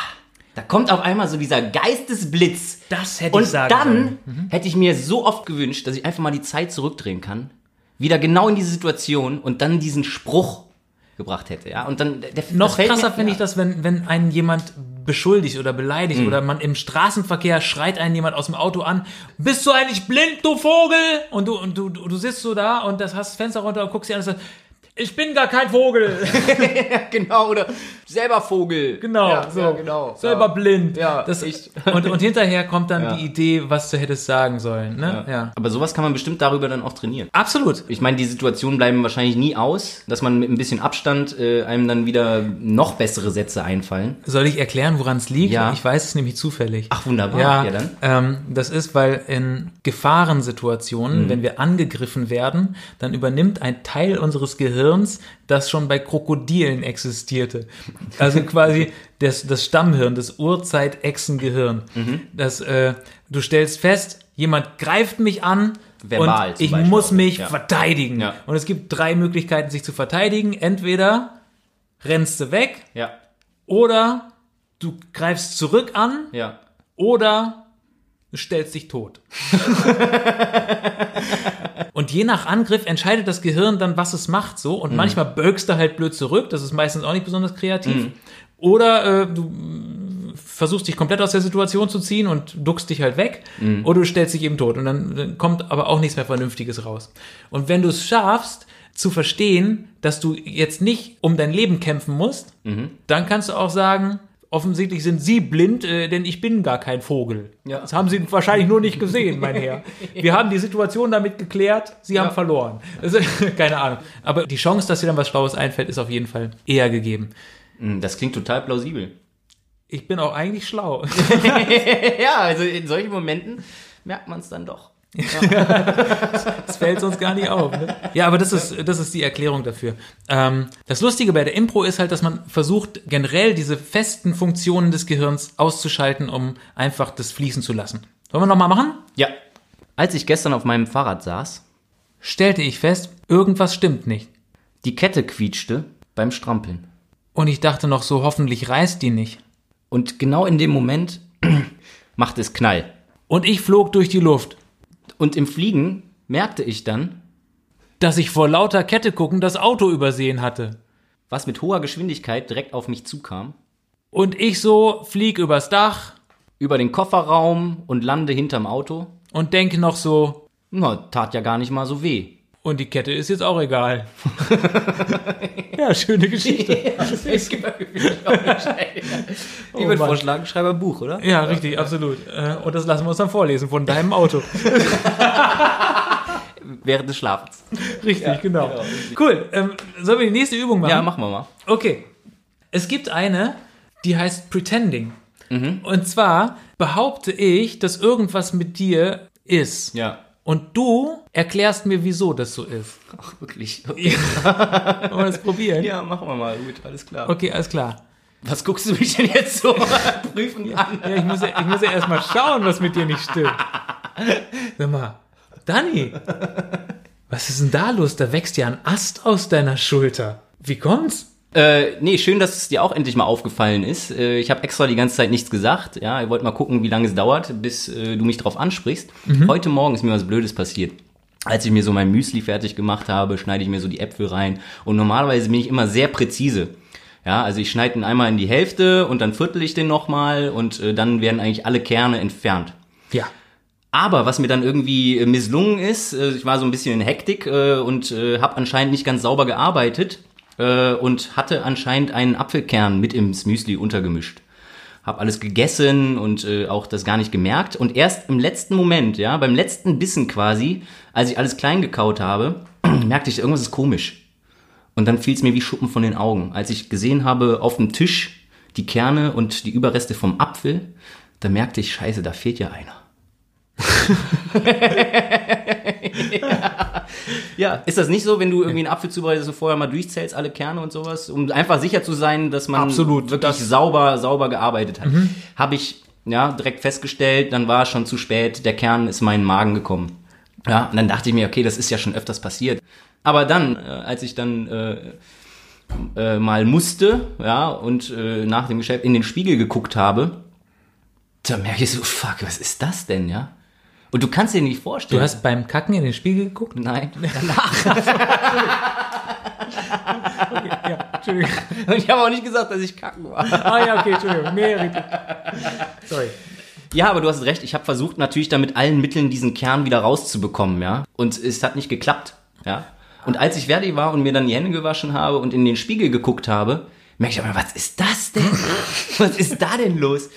Speaker 3: da kommt auf einmal so dieser Geistesblitz.
Speaker 4: Das hätte
Speaker 3: Und
Speaker 4: ich sagen Mhm.
Speaker 3: dann hätte ich mir so oft gewünscht, dass ich einfach mal die Zeit zurückdrehen kann, wieder genau in diese Situation und dann diesen Spruch gebracht hätte, ja. Und dann der, der- das
Speaker 4: Noch
Speaker 3: fällt mir-
Speaker 4: krasser finde
Speaker 3: ja. Mhm.
Speaker 4: ich das, wenn, wenn einen jemand beschuldigt oder beleidigt oder man im Straßenverkehr schreit einen jemand aus dem Auto an, bist du eigentlich blind, du Vogel? Und du, und du, du du sitzt so da und das hast das Fenster runter und guckst dir an und sagst, ich bin gar kein Vogel.
Speaker 3: Genau, oder selber Vogel.
Speaker 4: Genau,
Speaker 3: Ja,
Speaker 4: so.
Speaker 3: ja, genau.
Speaker 4: Selber blind.
Speaker 3: Ja,
Speaker 4: das,
Speaker 3: ich-
Speaker 4: Und, und hinterher kommt dann die Idee, was du hättest sagen sollen. Ne? Ja.
Speaker 3: Aber sowas kann man bestimmt darüber dann auch trainieren. Ah.
Speaker 4: Absolut.
Speaker 3: Ich meine, die Situationen bleiben wahrscheinlich nie aus, dass man mit ein bisschen Abstand äh, einem dann wieder noch bessere Sätze einfallen.
Speaker 4: Soll ich erklären, woran es liegt?
Speaker 3: Ja.
Speaker 4: Ich weiß es nämlich zufällig.
Speaker 3: Ach, wunderbar.
Speaker 4: Ja,
Speaker 3: Ah, Ja, dann.
Speaker 4: Ähm, das ist, weil in
Speaker 3: Mhm.
Speaker 4: Gefahrensituationen, wenn wir angegriffen werden, dann übernimmt ein Teil unseres Gehirns, das schon bei Krokodilen existierte. Also quasi das, das Stammhirn, das Urzeit-Echsengehirn.
Speaker 3: Mhm.
Speaker 4: Das, äh, du stellst fest, jemand greift mich an
Speaker 3: Verbal
Speaker 4: und
Speaker 3: zum
Speaker 4: ich
Speaker 3: Beispiel
Speaker 4: muss
Speaker 3: auch.
Speaker 4: mich
Speaker 3: Ja.
Speaker 4: verteidigen.
Speaker 3: Ja.
Speaker 4: Und es gibt drei Möglichkeiten, sich zu verteidigen. Entweder rennst du weg
Speaker 3: Ja,
Speaker 4: oder du greifst zurück an
Speaker 3: ja.
Speaker 4: oder du stellst dich tot. und je nach Angriff entscheidet das Gehirn dann, was es macht, so. Und manchmal bölkst du halt blöd zurück, das ist meistens auch nicht besonders kreativ. Oder äh, du mm, versuchst dich komplett aus der Situation zu ziehen und duckst dich halt weg. Oder du stellst dich eben tot. Und dann, dann kommt aber auch nichts mehr Vernünftiges raus. Und wenn du es schaffst, zu verstehen, dass du jetzt nicht um dein Leben kämpfen musst, dann kannst du auch sagen, offensichtlich sind Sie blind, äh, denn ich bin gar kein Vogel.
Speaker 3: Ja.
Speaker 4: Das haben Sie wahrscheinlich nur nicht gesehen, mein Herr. Wir haben die Situation damit geklärt, Sie haben verloren. Also, keine Ahnung. Aber die Chance, dass dir dann was Schlaues einfällt, ist auf jeden Fall eher gegeben.
Speaker 3: Hm, Das klingt total plausibel.
Speaker 4: Ich bin auch eigentlich schlau.
Speaker 3: Ja, also in solchen Momenten merkt man es dann doch.
Speaker 4: Das fällt uns gar nicht auf. Ne? Ja, aber das ist, das ist die Erklärung dafür. Ähm, das Lustige bei der Impro ist halt, dass man versucht, generell diese festen Funktionen des Gehirns auszuschalten, um einfach das fließen zu lassen. Wollen wir nochmal machen?
Speaker 3: Ja. Als ich gestern auf meinem Fahrrad saß,
Speaker 4: Stellte ich fest, irgendwas stimmt nicht.
Speaker 3: die Kette quietschte beim Strampeln.
Speaker 4: Und ich dachte noch so, hoffentlich reißt die nicht.
Speaker 3: Und genau in dem Moment macht es Knall.
Speaker 4: Und ich flog durch die Luft,
Speaker 3: Und im Fliegen merkte ich dann,
Speaker 4: dass ich vor lauter Kette gucken das Auto übersehen hatte.
Speaker 3: was mit hoher Geschwindigkeit direkt auf mich zukam,
Speaker 4: Und ich so flieg übers Dach
Speaker 3: über den Kofferraum und lande hinterm Auto.
Speaker 4: und denke noch so,
Speaker 3: Na, tat ja gar nicht mal so weh.
Speaker 4: und die Kette ist jetzt auch egal. ja, schöne Geschichte.
Speaker 3: Ich
Speaker 4: würde
Speaker 3: vorschlagen, schreibe ein Buch, oder?
Speaker 4: Oh Ja, richtig, absolut. Äh, Und das lassen wir uns dann vorlesen von deinem Auto.
Speaker 3: Während des Schlafens.
Speaker 4: Richtig, genau. Cool. Ähm, sollen wir die nächste Übung machen?
Speaker 3: Ja, machen wir mal.
Speaker 4: Okay. Es gibt eine, die heißt Pretending. Und zwar behaupte ich, dass irgendwas mit dir ist.
Speaker 3: Ja.
Speaker 4: Und du erklärst mir, wieso das so ist.
Speaker 3: Ach, wirklich.
Speaker 4: Wollen wir das probieren?
Speaker 3: Ja, machen wir mal. Gut, alles klar.
Speaker 4: Okay, alles klar.
Speaker 3: Was guckst du mich denn jetzt so prüfend an?
Speaker 4: Ja, ich muss ja, ich muss ja erstmal schauen, was mit dir nicht stimmt. Sag mal, Dani, was ist denn da los? Da wächst ja ein Ast aus deiner Schulter. Wie kommt's?
Speaker 3: Äh, nee, schön, dass es dir auch endlich mal aufgefallen ist. Äh, ich habe extra die ganze Zeit nichts gesagt. Ja, ich wollte mal gucken, wie lange es dauert, bis äh, du mich drauf ansprichst. Heute Morgen ist mir was Blödes passiert. Als ich mir so mein Müsli fertig gemacht habe, schneide ich mir so die Äpfel rein. Und normalerweise bin ich immer sehr präzise. Ja, also ich schneide ihn einmal in die Hälfte und dann viertel ich den nochmal und äh, dann werden eigentlich alle Kerne entfernt.
Speaker 4: Ja.
Speaker 3: Aber was mir dann irgendwie äh, misslungen ist, äh, ich war so ein bisschen in Hektik äh, und äh, habe anscheinend nicht ganz sauber gearbeitet äh, und hatte anscheinend einen Apfelkern mit im Müsli untergemischt. Hab alles gegessen und äh, auch das gar nicht gemerkt. Und erst im letzten Moment, ja, beim letzten Bissen quasi, als ich alles klein gekaut habe, merkte ich, irgendwas ist komisch. Und dann fiel es mir wie Schuppen von den Augen. Als ich gesehen habe auf dem Tisch die Kerne und die Überreste vom Apfel, da merkte ich, scheiße, da fehlt ja einer. ja. ist das nicht so, wenn du irgendwie einen Apfel zubereitest, du vorher mal durchzählst alle Kerne und sowas, um einfach sicher zu sein, dass man
Speaker 4: Absolut,
Speaker 3: wirklich
Speaker 4: das- Mhm.
Speaker 3: sauber, sauber gearbeitet hat? Habe ich ja direkt festgestellt, dann war es schon zu spät, der Kern ist in meinen Magen gekommen. Ja, und dann dachte ich mir, okay, das ist ja schon öfters passiert. Aber dann, äh, als ich dann äh, äh, mal musste, ja, und äh, nach dem Geschäft in den Spiegel geguckt habe, da merke ich so, fuck, was ist das denn, ja? Und du kannst dir nicht
Speaker 4: Du
Speaker 3: vorstellen.
Speaker 4: hast beim Kacken in den Spiegel geguckt?
Speaker 3: Nein.
Speaker 4: Ja, Entschuldigung.
Speaker 3: Und ich habe auch nicht gesagt, dass ich kacken war.
Speaker 4: Ah ja, okay, Entschuldigung. Nee, richtig. Sorry.
Speaker 3: Ja, aber du hast recht. Ich habe versucht, natürlich dann mit allen Mitteln diesen Kern wieder rauszubekommen, ja. Und es hat nicht geklappt, ja. Und als ich fertig war und mir dann die Hände gewaschen habe und in den Spiegel geguckt habe, merke ich aber, was ist das denn? Was ist da denn los?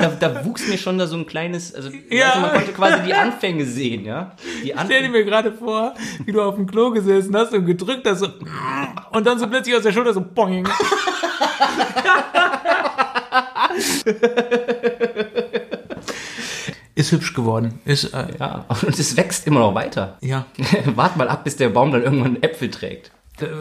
Speaker 3: Da, da wuchs mir schon da so ein kleines, also
Speaker 4: Ja.
Speaker 3: also man konnte quasi die Anfänge sehen, ja. Die
Speaker 4: Stell dir
Speaker 3: Anfänge.
Speaker 4: mir gerade vor, wie du auf dem Klo gesessen hast und gedrückt hast so, und dann so plötzlich aus der Schulter so boing. Ist hübsch geworden. Ist, äh,
Speaker 3: Ja, und es wächst immer noch weiter.
Speaker 4: ja.
Speaker 3: Wart mal ab, bis der Baum dann irgendwann Äpfel trägt.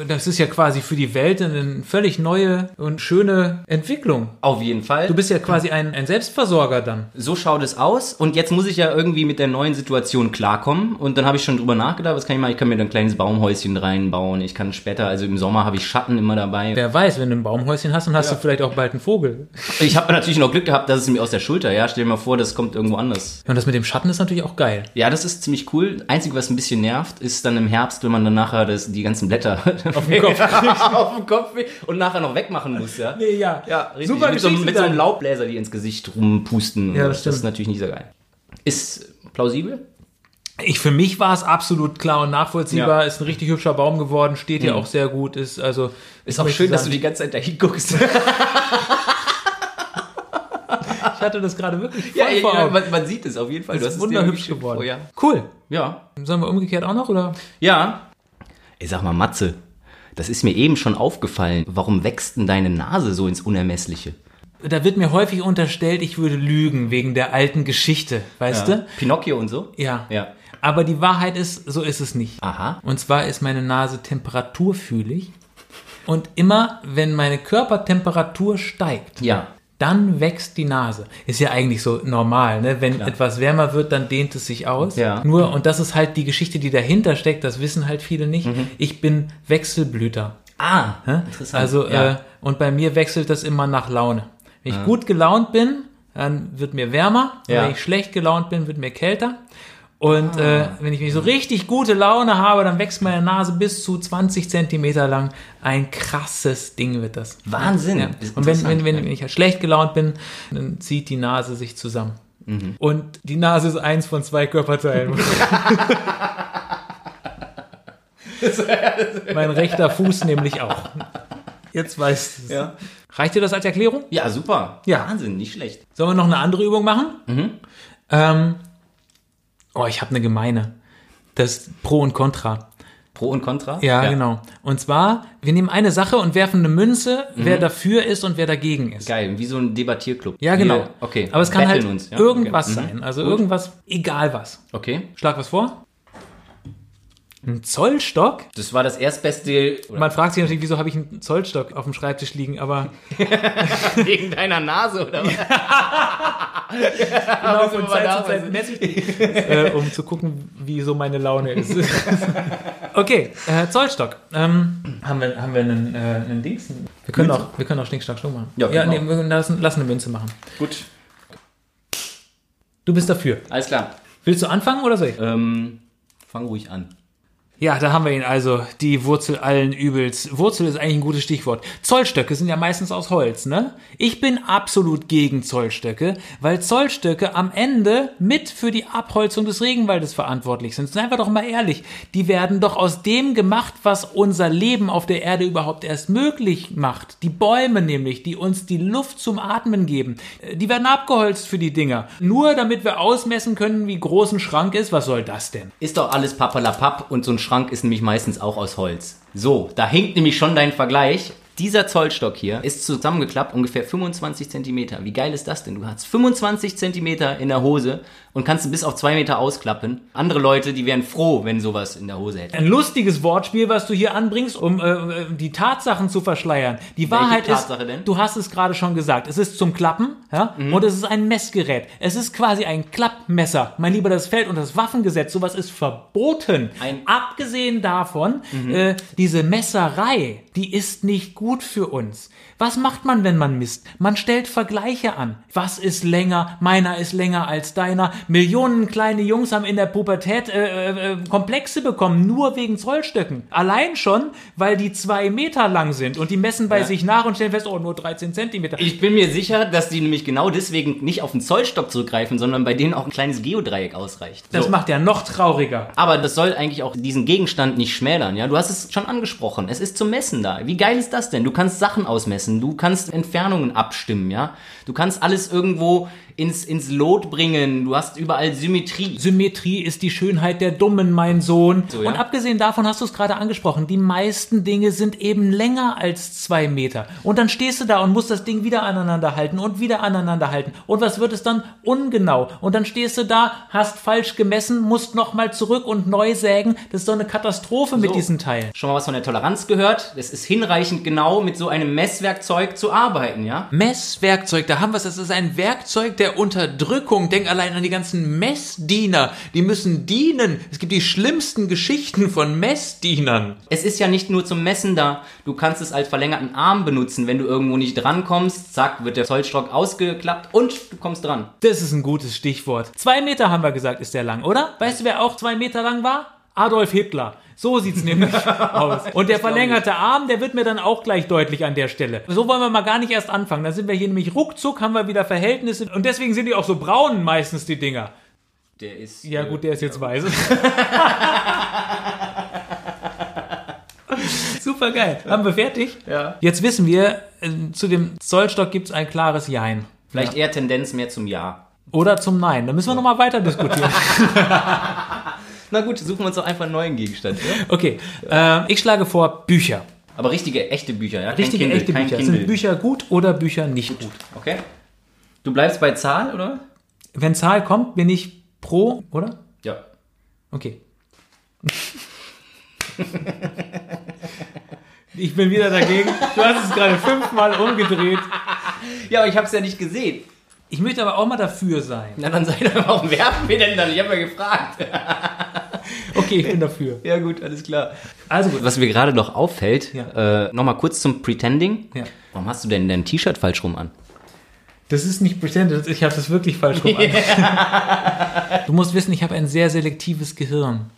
Speaker 4: Das ist ja quasi für die Welt eine völlig neue und schöne Entwicklung.
Speaker 3: Auf jeden Fall.
Speaker 4: Du bist ja quasi ein, ein Selbstversorger dann.
Speaker 3: so schaut es aus und jetzt muss ich ja irgendwie mit der neuen Situation klarkommen und dann habe ich schon drüber nachgedacht, was kann ich machen? Ich kann mir dann ein kleines Baumhäuschen reinbauen, ich kann später, also im Sommer habe ich Schatten immer dabei.
Speaker 4: Wer weiß, wenn du ein Baumhäuschen hast, dann hast du vielleicht auch bald einen Vogel.
Speaker 3: Ich habe natürlich noch Glück gehabt, dass es mir aus der Schulter, ja, stell dir mal vor, das kommt irgendwo anders.
Speaker 4: Und das mit dem Schatten ist natürlich auch geil.
Speaker 3: Ja, das ist ziemlich cool. Einzig, was ein bisschen nervt, ist dann im Herbst, wenn man dann nachher das, die ganzen Blätter auf
Speaker 4: dem Kopf
Speaker 3: auf dem Kopf und nachher noch wegmachen muss, ja.
Speaker 4: Nee, ja.
Speaker 3: Ja, richtig.
Speaker 4: Super
Speaker 3: mit, so, einem-
Speaker 4: Geschichte
Speaker 3: mit so einem
Speaker 4: dann.
Speaker 3: Laubbläser, die ins Gesicht rumpusten. und
Speaker 4: Ja,
Speaker 3: so.
Speaker 4: das stimmt.
Speaker 3: Das ist natürlich nicht so geil. Ist plausibel?
Speaker 4: Ich, für mich war es absolut klar und nachvollziehbar.
Speaker 3: Ja.
Speaker 4: Ist ein richtig hübscher Baum geworden, steht hier auch sehr gut. Mhm. Ist also
Speaker 3: Ist auch schön, dass du die ganze Zeit dahin guckst.
Speaker 4: Ich hatte das gerade wirklich voll
Speaker 3: ja, ja,
Speaker 4: vor
Speaker 3: ja
Speaker 4: Augen.
Speaker 3: man, man sieht es auf jeden Fall.
Speaker 4: ist
Speaker 3: es dir
Speaker 4: wunderhübsch
Speaker 3: wirklich
Speaker 4: geworden.
Speaker 3: vor, Ja.
Speaker 4: Cool.
Speaker 3: ja.
Speaker 4: Sollen wir umgekehrt auch noch oder?
Speaker 3: Ja. Ich sag mal, Matze, das ist mir eben schon aufgefallen. Warum wächst denn deine Nase so ins Unermessliche?
Speaker 4: Da wird mir häufig unterstellt, ich würde lügen wegen der alten Geschichte, weißt du?
Speaker 3: Pinocchio und so?
Speaker 4: Ja.
Speaker 3: Ja.
Speaker 4: Aber die Wahrheit ist, so ist es nicht.
Speaker 3: Aha.
Speaker 4: Und zwar ist meine Nase temperaturfühlig. Und immer, wenn meine Körpertemperatur steigt,
Speaker 3: Ja.
Speaker 4: dann wächst die Nase. Ist ja eigentlich so normal, ne? Wenn etwas wärmer wird, dann dehnt es sich aus.
Speaker 3: Ja.
Speaker 4: Nur, und das ist halt die Geschichte, die dahinter steckt, das wissen halt viele nicht. Ich bin Wechselblüter.
Speaker 3: Ah,
Speaker 4: Ne?
Speaker 3: Mhm. interessant.
Speaker 4: Also,
Speaker 3: ja. Ah.
Speaker 4: äh, und bei mir wechselt das immer nach Laune. Wenn ich gut gelaunt bin, dann wird mir wärmer. Und
Speaker 3: Ja. Ah.
Speaker 4: Wenn ich schlecht gelaunt bin, wird mir kälter. Und äh, wenn ich mich so richtig gute Laune habe, dann wächst meine Nase bis zu 20 Zentimeter lang. Ein krasses Ding wird das.
Speaker 3: Wahnsinn.
Speaker 4: Ja.
Speaker 3: Ist
Speaker 4: Und wenn,
Speaker 3: interessant,
Speaker 4: wenn, wenn,
Speaker 3: ja.
Speaker 4: wenn ich halt schlecht gelaunt bin, dann zieht die Nase sich zusammen.
Speaker 3: Mhm.
Speaker 4: Und die Nase ist eins von zwei Körperteilen. mein rechter Fuß nämlich auch. Jetzt weißt du es.
Speaker 3: Ja.
Speaker 4: Reicht dir das als Erklärung?
Speaker 3: ja, super.
Speaker 4: Ja.
Speaker 3: Wahnsinn, nicht schlecht.
Speaker 4: Sollen wir noch eine andere Übung machen?
Speaker 3: Mhm.
Speaker 4: Ähm, oh, ich habe eine gemeine. Das Pro und Contra.
Speaker 3: Pro und Contra?
Speaker 4: Ja, genau. Und zwar, wir nehmen eine Sache und werfen eine Münze,
Speaker 3: Mhm.
Speaker 4: wer dafür ist und wer dagegen ist.
Speaker 3: Geil, wie so ein Debattierclub.
Speaker 4: Ja, genau.
Speaker 3: Wir, okay.
Speaker 4: Aber es kann
Speaker 3: betteln
Speaker 4: halt
Speaker 3: uns, ja?
Speaker 4: irgendwas
Speaker 3: okay.
Speaker 4: sein. Also irgendwas, egal was.
Speaker 3: Mhm. Okay.
Speaker 4: Schlag was vor. Ein Zollstock?
Speaker 3: Das war das erstbeste.
Speaker 4: Man fragt sich natürlich, wieso habe ich einen Zollstock auf dem Schreibtisch liegen, aber
Speaker 3: Wegen deiner Nase, oder was?
Speaker 4: genau von
Speaker 3: wir mal
Speaker 4: Zeit zu Zeit messe ich die, äh, um zu gucken, wie so meine Laune ist. okay, äh, Zollstock. Ähm, haben, wir, haben wir einen, äh, einen Dings? Wir können, auch, wir können auch Schnick, Schnack, Schnuck machen.
Speaker 3: Ja,
Speaker 4: ja nee,
Speaker 3: genau.
Speaker 4: wir lassen, lassen eine Münze machen.
Speaker 3: Gut.
Speaker 4: Du bist dafür.
Speaker 3: Alles klar.
Speaker 4: Willst du anfangen oder soll ich?
Speaker 3: Ähm, fang ruhig an.
Speaker 4: Ja, da haben wir ihn also, die Wurzel allen Übels. Wurzel ist eigentlich ein gutes Stichwort. Zollstöcke sind ja meistens aus Holz, ne? Ich bin absolut gegen Zollstöcke, weil Zollstöcke am Ende mit für die Abholzung des Regenwaldes verantwortlich sind. Seien wir doch mal ehrlich, die werden doch aus dem gemacht, was unser Leben auf der Erde überhaupt erst möglich macht. Die Bäume nämlich, die uns die Luft zum Atmen geben, äh, die werden abgeholzt für die Dinger. Nur damit wir ausmessen können, wie groß ein Schrank ist, was soll das denn?
Speaker 3: Ist doch alles Papalapap und so ein Schrank ist nämlich meistens auch aus Holz. So, da hängt nämlich schon dein Vergleich. Dieser Zollstock hier ist zusammengeklappt, ungefähr 25 Zentimeter. Wie geil ist das denn? Du hast 25 Zentimeter in der Hose und kannst bis auf zwei Meter ausklappen. Andere Leute, die wären froh, wenn sowas in der Hose hätten.
Speaker 4: Ein lustiges Wortspiel, was du hier anbringst, um äh, die Tatsachen zu verschleiern. Die Wahrheit ist,
Speaker 3: Tatsache denn? Mhm.
Speaker 4: du hast es gerade schon gesagt, es ist zum Klappen ja? und es ist ein Messgerät. Es ist quasi ein Klappmesser. Mein Lieber, das fällt unter das Waffengesetz. Sowas ist verboten.
Speaker 3: Ein-
Speaker 4: Abgesehen davon, äh, diese Messerei, die ist nicht gut für uns. Was macht man, wenn man misst? Man stellt Vergleiche an. Was ist länger? Meiner ist länger als deiner. Millionen kleine Jungs haben in der Pubertät äh, äh, äh, Komplexe bekommen, nur wegen Zollstöcken. Allein schon, weil die zwei Meter lang sind und die messen bei sich nach und stellen fest, oh, nur 13 Zentimeter.
Speaker 3: Ich bin mir sicher, dass die nämlich genau deswegen nicht auf den Zollstock zurückgreifen, sondern bei denen auch ein kleines Geodreieck ausreicht.
Speaker 4: das
Speaker 3: So.
Speaker 4: macht ja noch trauriger.
Speaker 3: Aber das soll eigentlich auch diesen Gegenstand nicht schmälern, ja? Du hast es schon angesprochen. Es ist zum Messen da. Wie geil ist das denn? Du kannst Sachen ausmessen, du kannst Entfernungen abstimmen, ja? Du kannst alles irgendwo ins, ins Lot bringen, du hast überall Symmetrie.
Speaker 4: Symmetrie ist die Schönheit der Dummen, mein Sohn.
Speaker 3: ja.
Speaker 4: Und abgesehen davon hast du es gerade angesprochen, die meisten Dinge sind eben länger als zwei Meter. Und dann stehst du da und musst das Ding wieder aneinander halten und wieder aneinander halten. Und was wird es dann? Ungenau. Und dann stehst du da, hast falsch gemessen, musst nochmal zurück und neu sägen. Das ist so eine Katastrophe mit
Speaker 3: So.
Speaker 4: diesen Teilen.
Speaker 3: Schon mal was von der Toleranz gehört? Es ist hinreichend genau, mit so einem Messwerkzeug zu arbeiten, ja?
Speaker 8: Messwerkzeug, da haben wir es. Das ist ein Werkzeug der Unterdrückung. Denk allein an die ganzen Messdiener. Die müssen dienen. Es gibt die schlimmsten Geschichten von Messdienern.
Speaker 3: Es ist ja nicht nur zum Messen da. Du kannst es als verlängerten Arm benutzen. Wenn du irgendwo nicht drankommst, zack, wird der Zollstock ausgeklappt und du kommst dran.
Speaker 4: Das ist ein gutes Stichwort. Zwei Meter haben wir gesagt, ist der lang, oder? Weißt du, wer auch zwei Meter lang war? Adolf Hitler. So sieht's nämlich aus. Und der verlängerte Arm, der wird mir dann auch gleich deutlich an der Stelle. So wollen wir mal gar nicht erst anfangen. Dann sind wir hier nämlich ruckzuck, haben wir wieder Verhältnisse. Und deswegen sind die auch so braun meistens, die Dinger.
Speaker 3: Der ist.
Speaker 4: Ja
Speaker 3: äh,
Speaker 4: gut, der ist jetzt weiß. Super geil. Haben wir fertig? Ja. Jetzt wissen wir, äh, zu dem Zollstock gibt's ein klares Jein.
Speaker 3: Vielleicht eher Tendenz mehr zum Ja.
Speaker 4: Oder zum Nein. Da müssen wir nochmal weiter diskutieren.
Speaker 3: Na gut, suchen wir uns doch einfach einen neuen Gegenstand. Ja?
Speaker 4: Okay, äh, ich schlage vor Bücher.
Speaker 3: Aber richtige, echte Bücher, ja? Kein
Speaker 4: Richtige,
Speaker 3: Kindle,
Speaker 4: echte
Speaker 3: kein
Speaker 4: Bücher.
Speaker 3: Kindle.
Speaker 4: Sind Bücher gut oder Bücher nicht gut?
Speaker 3: Okay. Du bleibst bei Zahl, oder?
Speaker 4: Wenn Zahl kommt, bin ich pro, oder?
Speaker 3: Ja.
Speaker 4: Okay. ich bin wieder dagegen. Du hast es gerade fünfmal umgedreht.
Speaker 3: Ja, aber ich hab's ja nicht gesehen.
Speaker 4: Ich möchte aber auch mal dafür sein.
Speaker 3: Na dann sei doch, warum werfen wir denn dann? Ich habe ja gefragt.
Speaker 4: Okay, ich bin dafür.
Speaker 3: Ja gut, alles klar.
Speaker 4: Also gut.
Speaker 3: Was mir gerade noch auffällt,
Speaker 4: Ja.
Speaker 3: äh, nochmal kurz zum Pretending.
Speaker 4: Ja.
Speaker 3: Warum hast du denn dein T-Shirt falsch rum an?
Speaker 4: Das ist nicht pretended, ich habe das wirklich falsch rum an. Du musst wissen, ich habe ein sehr selektives Gehirn.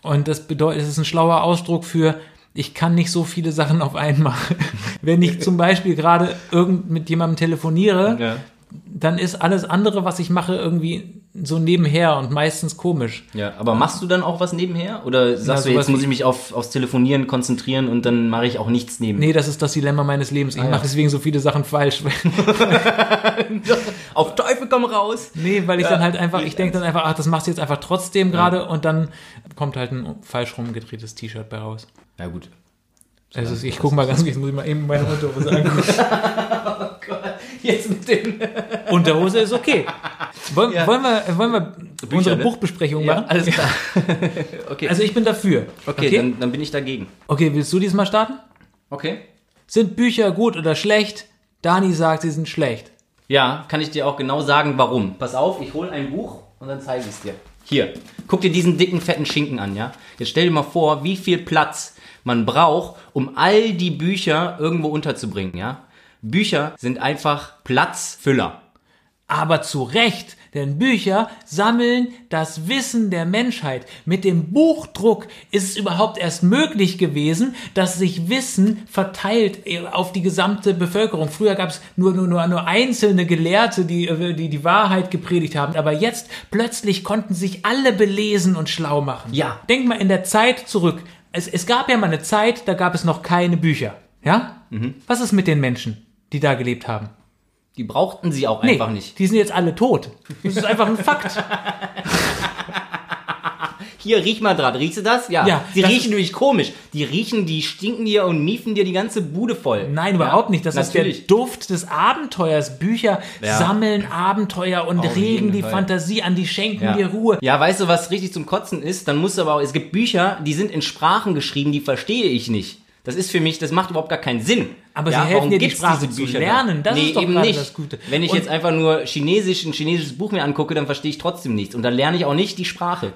Speaker 4: Und das bedeutet, es ist ein schlauer Ausdruck für, ich kann nicht so viele Sachen auf einmal. Wenn ich zum Beispiel gerade irgend mit jemandem telefoniere, dann ist alles andere, was ich mache, irgendwie so nebenher und meistens komisch.
Speaker 3: Ja, aber machst du dann auch was nebenher? Oder sagst du,
Speaker 4: sowas
Speaker 3: jetzt muss
Speaker 4: wie-
Speaker 3: ich mich auf, aufs Telefonieren konzentrieren und dann mache ich auch nichts neben?
Speaker 4: Nee, das ist das Dilemma meines Lebens. Ich mache deswegen so viele Sachen falsch.
Speaker 3: Auf Teufel komm raus!
Speaker 4: nee, weil ich dann halt einfach, ich denke dann einfach, ach, das machst du jetzt einfach trotzdem gerade und dann kommt halt ein falsch rumgedrehtes T-Shirt bei raus.
Speaker 3: Na gut.
Speaker 4: Also ich gucke mal ganz kurz, muss ich mal eben meine Unterhose angucken. Oh
Speaker 3: Jetzt mit dem...
Speaker 4: Unterhose ist okay. Wollen, wollen wir, wollen wir unsere
Speaker 3: ne?
Speaker 4: Buchbesprechung
Speaker 3: Ja,
Speaker 4: machen?
Speaker 3: alles klar. okay.
Speaker 4: Also ich bin dafür.
Speaker 3: Okay,
Speaker 4: okay?
Speaker 3: Dann, dann bin ich dagegen.
Speaker 4: Okay, willst du diesmal starten?
Speaker 3: Okay.
Speaker 4: Sind Bücher gut oder schlecht? Dani sagt, sie sind schlecht.
Speaker 3: Ja, kann ich dir auch genau sagen, warum. Pass auf, ich hole ein Buch und dann zeige ich es dir. Hier, guck dir diesen dicken, fetten Schinken an, ja? Jetzt stell dir mal vor, wie viel Platz man braucht, um all die Bücher irgendwo unterzubringen, ja? Bücher sind einfach Platzfüller.
Speaker 4: Aber zu Recht, denn Bücher sammeln das Wissen der Menschheit. Mit dem Buchdruck ist es überhaupt erst möglich gewesen, dass sich Wissen verteilt äh, auf die gesamte Bevölkerung. Früher gab es nur, nur, nur, nur einzelne Gelehrte, die, äh, die die Wahrheit gepredigt haben. Aber jetzt plötzlich konnten sich alle belesen und schlau machen.
Speaker 3: Ja.
Speaker 4: Denk mal in der Zeit zurück. Es, es gab ja mal eine Zeit, da gab es noch keine Bücher. Ja? Was ist mit den Menschen, die da gelebt haben?
Speaker 3: Die brauchten sie auch
Speaker 4: Nee,
Speaker 3: einfach nicht.
Speaker 4: Die sind jetzt alle tot. Das ist einfach ein Fakt.
Speaker 3: hier, riech mal dran. Riechst du das? Ja.
Speaker 4: Ja,
Speaker 3: die
Speaker 4: das
Speaker 3: riechen
Speaker 4: ist-
Speaker 3: nämlich komisch. Die riechen, die stinken dir und miefen dir die ganze Bude voll.
Speaker 4: Nein,
Speaker 3: Ja,
Speaker 4: überhaupt nicht. Das
Speaker 3: natürlich.
Speaker 4: ist der Duft des Abenteuers. Bücher
Speaker 3: Ja.
Speaker 4: sammeln Abenteuer und
Speaker 3: Auf
Speaker 4: regen
Speaker 3: jeden
Speaker 4: die
Speaker 3: Fall.
Speaker 4: Fantasie an, die schenken
Speaker 3: Ja.
Speaker 4: dir Ruhe.
Speaker 3: Ja, weißt du, was richtig zum Kotzen ist? Dann musst du aber auch, es gibt Bücher, die sind in Sprachen geschrieben, die verstehe ich nicht. Das ist für mich, das macht überhaupt gar keinen Sinn.
Speaker 4: Aber sie helfen
Speaker 3: warum
Speaker 4: dir, die
Speaker 3: gibt's
Speaker 4: Sprache
Speaker 3: diese
Speaker 4: zu
Speaker 3: denn?
Speaker 4: lernen. Das
Speaker 3: nee,
Speaker 4: ist doch
Speaker 3: eben
Speaker 4: gerade
Speaker 3: nicht.
Speaker 4: das Gute.
Speaker 3: Wenn ich
Speaker 4: Und-
Speaker 3: jetzt einfach nur Chinesisch, ein chinesisches Buch mir angucke, dann verstehe ich trotzdem nichts. Und dann lerne ich auch nicht die Sprache.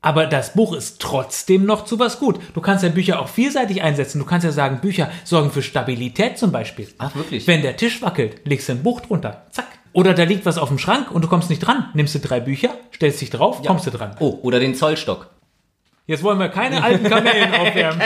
Speaker 4: Aber das Buch ist trotzdem noch zu was gut. Du kannst ja Bücher auch vielseitig einsetzen. Du kannst ja sagen, Bücher sorgen für Stabilität zum Beispiel.
Speaker 3: Ach, wirklich?
Speaker 4: Wenn der Tisch wackelt, legst du ein Buch drunter. Zack. Oder da liegt was auf dem Schrank und du kommst nicht dran. Nimmst du drei Bücher, stellst dich drauf, kommst du dran.
Speaker 3: Oh, oder den Zollstock.
Speaker 4: Jetzt wollen wir keine alten Kamellen aufwärmen.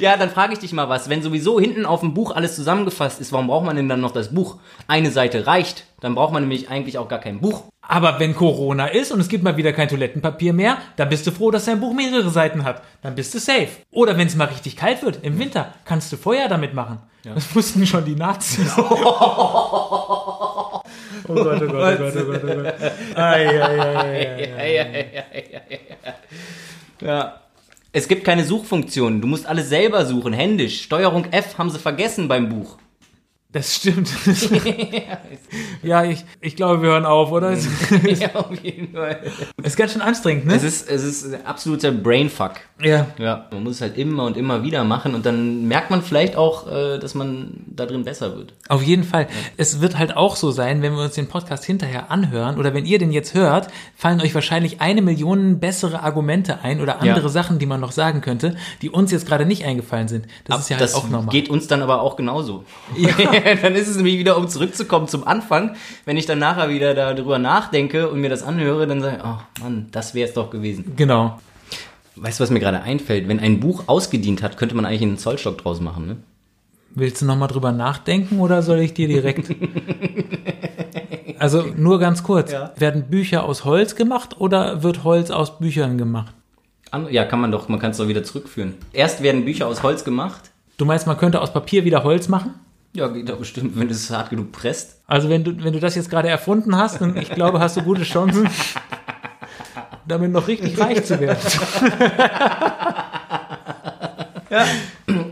Speaker 3: Ja, dann frage ich dich mal was. Wenn sowieso hinten auf dem Buch alles zusammengefasst ist, warum braucht man denn dann noch das Buch? Eine Seite reicht. Dann braucht man nämlich eigentlich auch gar kein Buch.
Speaker 4: Aber wenn Corona ist und es gibt mal wieder kein Toilettenpapier mehr, dann bist du froh, dass dein Buch mehrere Seiten hat. Dann bist du safe. Oder wenn es mal richtig kalt wird, im Winter, kannst du Feuer damit machen. Das wussten schon die Nazis. oh Gott, oh Gott, oh Gott, oh Gott, oh Gott. Ei, ei, ei, ei.
Speaker 3: Ja. Es gibt keine Suchfunktion. Du musst alles selber suchen, händisch. Steuerung F haben sie vergessen beim Buch.
Speaker 4: Das stimmt. ja, ich, ich glaube, wir hören auf, oder? Es
Speaker 3: ja, auf jeden Fall.
Speaker 4: ist ganz schön anstrengend, ne?
Speaker 3: Es ist, es ist ein absoluter Brainfuck.
Speaker 4: Ja.
Speaker 3: Ja, man muss es halt immer und immer wieder machen und dann merkt man vielleicht auch, äh, dass man da drin besser wird.
Speaker 4: Auf jeden Fall. Es wird halt auch so sein, wenn wir uns den Podcast hinterher anhören oder wenn ihr den jetzt hört, fallen euch wahrscheinlich eine Million bessere Argumente ein oder andere
Speaker 3: Ja.
Speaker 4: Sachen, die man noch sagen könnte, die uns jetzt gerade nicht eingefallen sind. Das ist ja halt
Speaker 3: das
Speaker 4: auch nochmal.
Speaker 3: geht uns dann aber auch genauso. dann ist es nämlich wieder, um zurückzukommen zum Anfang, wenn ich dann nachher wieder darüber nachdenke und mir das anhöre, dann sage ich, oh Mann, das wäre es doch gewesen.
Speaker 4: Genau.
Speaker 3: Weißt du, was mir gerade einfällt? Wenn ein Buch ausgedient hat, könnte man eigentlich einen Zollstock draus machen, ne?
Speaker 4: Willst du nochmal drüber nachdenken oder soll ich dir direkt? also nur ganz kurz. Werden Bücher aus Holz gemacht oder wird Holz aus Büchern gemacht?
Speaker 3: An- Ja, kann man doch, man kann es doch wieder zurückführen. Erst werden Bücher aus Holz gemacht.
Speaker 4: Du meinst, man könnte aus Papier wieder Holz machen?
Speaker 3: Ja, geht doch bestimmt, wenn du es hart genug presst.
Speaker 4: Also wenn du, wenn du das jetzt gerade erfunden hast, dann ich glaube, hast du gute Chancen, damit noch richtig reich zu werden.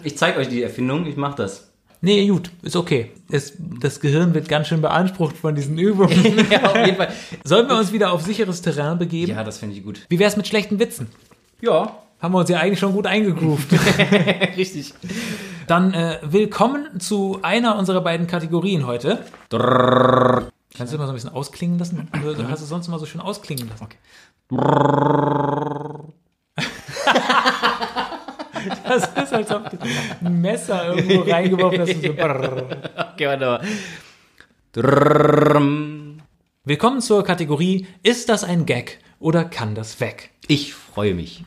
Speaker 3: Ich zeige euch die Erfindung, ich mache das.
Speaker 4: Nee, gut, ist okay. Es, das Gehirn wird ganz schön beansprucht von diesen Übungen.
Speaker 3: Ja, auf jeden Fall.
Speaker 4: Sollen wir uns wieder auf sicheres Terrain begeben?
Speaker 3: Ja, das finde ich gut.
Speaker 4: Wie wär's mit schlechten Witzen?
Speaker 3: Ja,
Speaker 4: Haben wir uns ja eigentlich schon gut eingegroovt.
Speaker 3: richtig.
Speaker 4: Dann äh, willkommen zu einer unserer beiden Kategorien heute. Kannst du immer so ein bisschen ausklingen lassen? Du hast es sonst immer so schön ausklingen lassen. Okay. Das ist, als ob du ein Messer irgendwo reingeworfen hast. und So brrrr.
Speaker 3: Okay, warte mal.
Speaker 4: Willkommen zur Kategorie Ist das ein Gag oder kann das weg?
Speaker 3: Ich freue mich.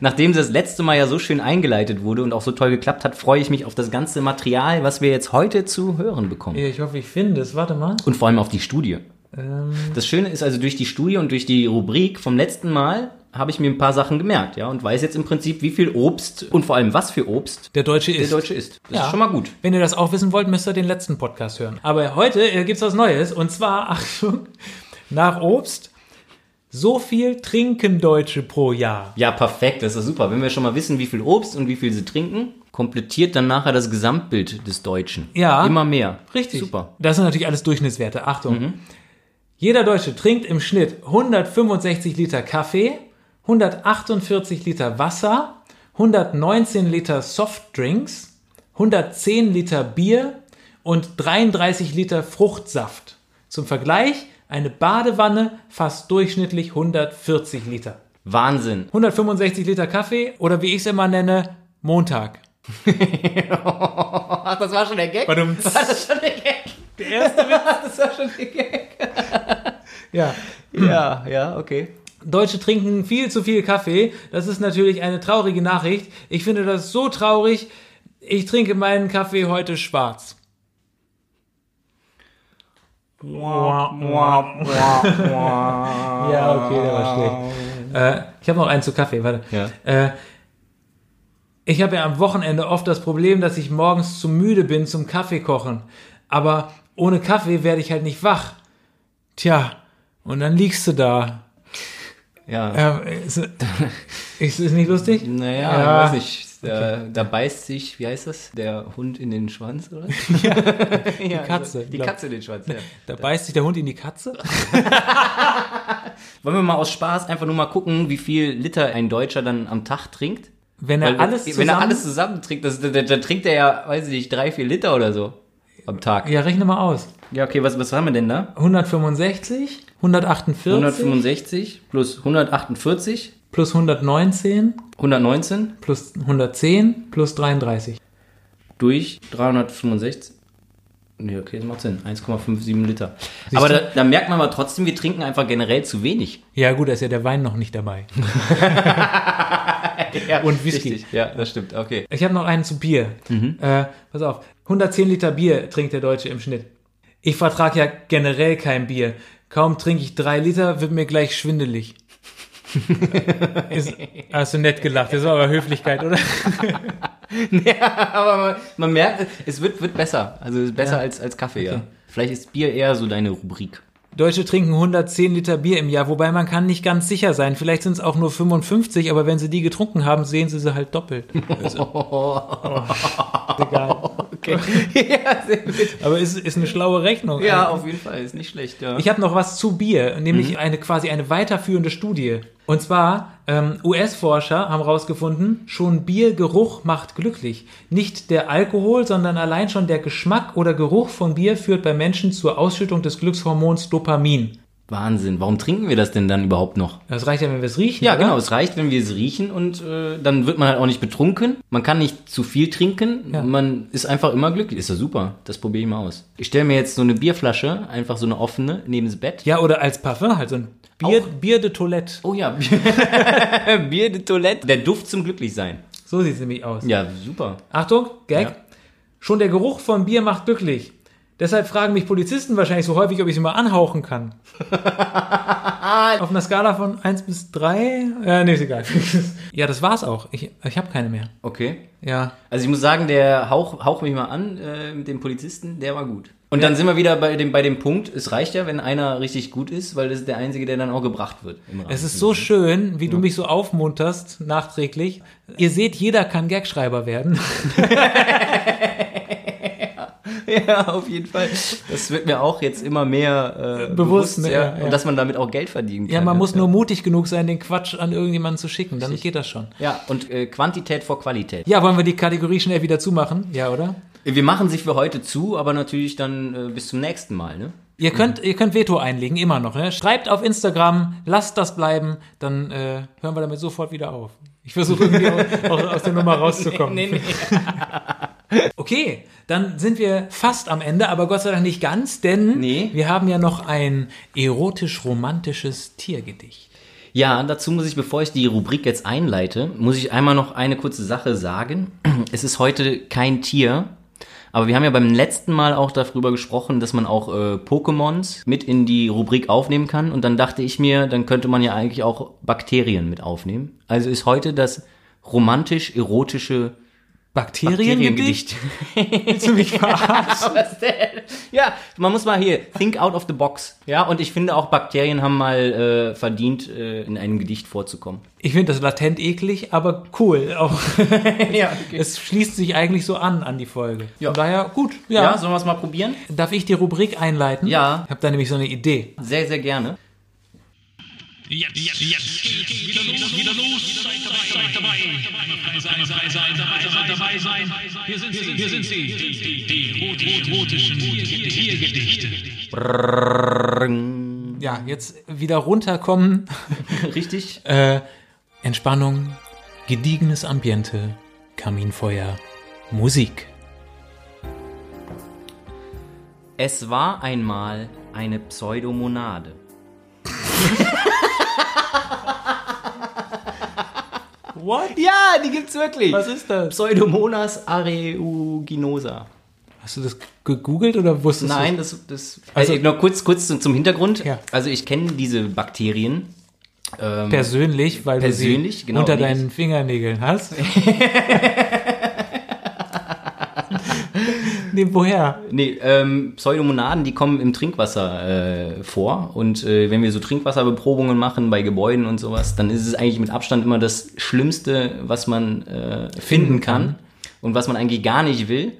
Speaker 3: Nachdem das letzte Mal ja so schön eingeleitet wurde und auch so toll geklappt hat, freue ich mich auf das ganze Material, was wir jetzt heute zu hören bekommen.
Speaker 4: Ich hoffe, ich finde es. Warte mal.
Speaker 3: Und vor allem auf die Studie.
Speaker 4: Ähm.
Speaker 3: Das Schöne ist also, durch die Studie und durch die Rubrik vom letzten Mal habe ich mir ein paar Sachen gemerkt, ja, und weiß jetzt im Prinzip, wie viel Obst und vor allem was für Obst
Speaker 4: Der Deutsche ist.
Speaker 3: der Deutsche isst. Das
Speaker 4: Ja.
Speaker 3: ist schon mal gut.
Speaker 4: Wenn ihr das auch wissen wollt, müsst ihr den letzten Podcast hören. Aber heute äh, gibt's was Neues. Und zwar, Achtung, nach Obst. So viel trinken Deutsche pro Jahr.
Speaker 3: Ja, perfekt, das ist super. Wenn wir schon mal wissen, wie viel Obst und wie viel sie trinken, komplettiert dann nachher das Gesamtbild des Deutschen.
Speaker 4: Ja.
Speaker 3: Immer mehr.
Speaker 4: Richtig.
Speaker 3: Super.
Speaker 4: Das sind natürlich alles Durchschnittswerte. Achtung. Jeder Deutsche trinkt im Schnitt 165 Liter Kaffee, 148 Liter Wasser, 119 Liter Softdrinks, 110 Liter Bier und 33 Liter Fruchtsaft. Zum Vergleich, eine Badewanne fasst durchschnittlich 140 Liter.
Speaker 3: Wahnsinn.
Speaker 4: 165 Liter Kaffee oder wie ich es immer nenne, Montag.
Speaker 3: Ach, das war schon der Gag?
Speaker 4: Badum.
Speaker 3: das schon der Gag?
Speaker 4: Der erste Witz.
Speaker 3: Das war schon der Gag.
Speaker 4: Ja.
Speaker 3: Ja, ja, okay.
Speaker 4: Deutsche trinken viel zu viel Kaffee. Das ist natürlich eine traurige Nachricht. Ich finde das so traurig. Ich trinke meinen Kaffee heute schwarz. Ja, okay, der war schlecht. Äh, ich habe noch einen zu Kaffee, warte.
Speaker 3: Ja.
Speaker 4: Äh, ich habe ja am Wochenende oft das Problem, dass ich morgens zu müde bin zum Kaffee kochen. Aber ohne Kaffee werde ich halt nicht wach. Tja, und dann liegst du da.
Speaker 3: Ja.
Speaker 4: Ähm, ist, ist, ist nicht lustig?
Speaker 3: Naja,
Speaker 4: Ähm, Ja.
Speaker 3: weiß nicht. Da, da beißt sich, wie heißt das? Der Hund in den Schwanz, oder? ja, die
Speaker 4: Katze,
Speaker 3: Die
Speaker 4: glaub.
Speaker 3: Katze in den Schwanz, ja.
Speaker 4: Da beißt sich der Hund in die Katze?
Speaker 3: Wollen wir mal aus Spaß einfach nur mal gucken, wie viel Liter ein Deutscher dann am Tag trinkt?
Speaker 4: Wenn er
Speaker 3: Weil,
Speaker 4: alles zusammen...
Speaker 3: wenn er alles zusammen trinkt, das, da, da, da trinkt er ja, weiß ich nicht, drei, vier Liter oder so am Tag.
Speaker 4: Ja, rechne mal aus.
Speaker 3: Ja, okay, was, was haben wir denn da?
Speaker 4: 165, 148
Speaker 3: 165 plus 148,
Speaker 4: plus 119
Speaker 3: 119
Speaker 4: plus 110 plus 33.
Speaker 3: durch 365. Nee, okay, das macht Sinn. 1,57 Liter. Aber da, da merkt man aber trotzdem, wir trinken einfach generell zu wenig.
Speaker 4: Ja gut, da ist ja der Wein noch nicht dabei. Und Whisky.
Speaker 3: Richtig, ja, das stimmt, okay.
Speaker 4: Ich habe noch einen zu Bier. Äh, pass auf, 110 Liter Bier trinkt der Deutsche im Schnitt. Ich vertrage ja generell kein Bier. Kaum trinke ich drei Liter, wird mir gleich schwindelig. ist, hast du nett gelacht. Das war aber Höflichkeit, oder?
Speaker 3: aber man, man merkt, es wird, wird besser. Also es ist besser als, als Kaffee, ja. Vielleicht ist Bier eher so deine Rubrik.
Speaker 4: Deutsche trinken 110 Liter Bier im Jahr, wobei man kann nicht ganz sicher sein. Vielleicht sind es auch nur 55, aber wenn sie die getrunken haben, sehen sie sie halt doppelt. Also, oh, egal.
Speaker 3: Okay. ja, sehr gut.
Speaker 4: Aber ist, ist eine schlaue Rechnung. Also,
Speaker 3: ja, auf jeden Fall, ist nicht schlecht, ja.
Speaker 4: Ich habe noch was zu Bier, nämlich eine quasi eine weiterführende Studie. Und zwar, ähm, US-Forscher haben herausgefunden, schon Biergeruch macht glücklich. Nicht der Alkohol, sondern allein schon der Geschmack oder Geruch von Bier führt bei Menschen zur Ausschüttung des Glückshormons Dopamin.
Speaker 3: Wahnsinn, warum trinken wir das denn dann überhaupt noch?
Speaker 4: Das reicht ja, wenn wir es riechen.
Speaker 3: Ja,
Speaker 4: oder?
Speaker 3: genau, es reicht, wenn wir es riechen und äh, dann wird man halt auch nicht betrunken. Man kann nicht zu viel trinken,
Speaker 4: Ja.
Speaker 3: man ist einfach immer glücklich. Ist ja super, das probiere ich mal aus. Ich stelle mir jetzt so eine Bierflasche, einfach so eine offene, neben das Bett.
Speaker 4: Ja, oder als Parfum halt so ein Bier, Bier de Toilette.
Speaker 3: Oh ja, Bier de Toilette. Der Duft zum Glücklichsein.
Speaker 4: So sieht's nämlich aus.
Speaker 3: Ja, super.
Speaker 4: Achtung, Gag.
Speaker 3: Ja.
Speaker 4: Schon der Geruch von Bier macht glücklich. Deshalb fragen mich Polizisten wahrscheinlich so häufig, ob ich sie mal anhauchen kann. Auf einer Skala von 1 bis 3? Äh, nee, ist egal. ja, das war's auch. Ich, ich habe keine mehr.
Speaker 3: Okay.
Speaker 4: Ja.
Speaker 3: Also ich muss sagen, der Hauch, Hauch mich mal an äh, mit dem Polizisten, der war gut. Und dann sind wir wieder bei dem, bei dem Punkt, es reicht ja, wenn einer richtig gut ist, weil das ist der Einzige, der dann auch gebracht wird. im Rahmen.
Speaker 4: Es ist so schön, wie du mich so aufmunterst, nachträglich. Ihr seht, jeder kann Gagschreiber werden.
Speaker 3: ja, auf jeden Fall. Das wird mir auch jetzt immer mehr äh,
Speaker 4: Bewusst,
Speaker 3: bewusst,
Speaker 4: ne?
Speaker 3: ja,
Speaker 4: Ja, ja.
Speaker 3: Und dass man damit auch Geld verdienen kann.
Speaker 4: Ja, man muss nur mutig genug sein, den Quatsch an irgendjemanden zu schicken. Dann
Speaker 3: Richtig.
Speaker 4: geht das schon.
Speaker 3: Ja, und äh, Quantität vor Qualität.
Speaker 4: Ja, wollen wir die Kategorie schnell wieder zumachen? Ja, oder?
Speaker 3: Wir machen sich für heute zu, aber natürlich dann äh, bis zum nächsten Mal, ne?
Speaker 4: Ihr könnt, ihr könnt Veto einlegen, immer noch. Ne? Schreibt auf Instagram, lasst das bleiben, dann äh, hören wir damit sofort wieder auf. Ich versuche irgendwie auch, auch aus der Nummer rauszukommen. Okay, dann sind wir fast am Ende, aber Gott sei Dank nicht ganz, denn
Speaker 3: Nee.
Speaker 4: wir haben ja noch ein erotisch-romantisches Tiergedicht.
Speaker 3: Ja, dazu muss ich, bevor ich die Rubrik jetzt einleite, muss ich einmal noch eine kurze Sache sagen. Es ist heute kein Tier, aber wir haben ja beim letzten Mal auch darüber gesprochen, dass man auch äh, Pokémons mit in die Rubrik aufnehmen kann. Und dann dachte ich mir, dann könnte man ja eigentlich auch Bakterien mit aufnehmen. Also ist heute das romantisch-erotische
Speaker 4: Bakteriengedicht? Willst du mich verarschen?
Speaker 3: Was denn? Ja, man muss mal hier think out of the box. Ja, und ich finde auch Bakterien haben mal äh, verdient, äh, in einem Gedicht vorzukommen.
Speaker 4: Ich finde das latent eklig, aber cool. Auch. Es schließt sich eigentlich so an an die Folge.
Speaker 3: Ja.
Speaker 4: Von daher gut.
Speaker 3: Ja, sollen wir es mal probieren?
Speaker 4: Darf ich die Rubrik einleiten?
Speaker 3: Ja.
Speaker 4: Ich habe da nämlich so eine Idee.
Speaker 3: Sehr, sehr gerne.
Speaker 1: Jetzt, jetzt, jetzt, geht wieder los, wieder los, seid dabei, seid dabei. Einmal frei sein, frei sein, dabei sein, dabei sein. Hier sind sie, hier sind sie, die, die, die rot- rotischen Tiergedichte.
Speaker 4: Ja, jetzt wieder runterkommen.
Speaker 3: Richtig?
Speaker 4: Äh, Entspannung, gediegenes Ambiente, Kaminfeuer, Musik.
Speaker 3: Es war einmal eine Pseudomonade.
Speaker 4: What?
Speaker 3: Ja, die gibt's wirklich.
Speaker 4: Was ist das?
Speaker 3: Pseudomonas areuginosa.
Speaker 4: Hast du das gegoogelt oder wusstest
Speaker 3: Nein, das, das
Speaker 4: Also-
Speaker 3: also noch kurz, kurz zum zum Hintergrund.
Speaker 4: Ja.
Speaker 3: Also ich kenne diese Bakterien. Ähm,
Speaker 4: du es persönlich, weil du
Speaker 3: Persönlich,
Speaker 4: sie
Speaker 3: genau,
Speaker 4: unter
Speaker 3: nicht.
Speaker 4: deinen Fingernägeln hast? Nee, woher?
Speaker 3: Nee, ähm, Pseudomonaden, die kommen im Trinkwasser äh, vor. Und äh, wenn wir so Trinkwasserbeprobungen machen bei Gebäuden und sowas, dann ist es eigentlich mit Abstand immer das Schlimmste, was man äh, finden kann und was man eigentlich gar nicht will,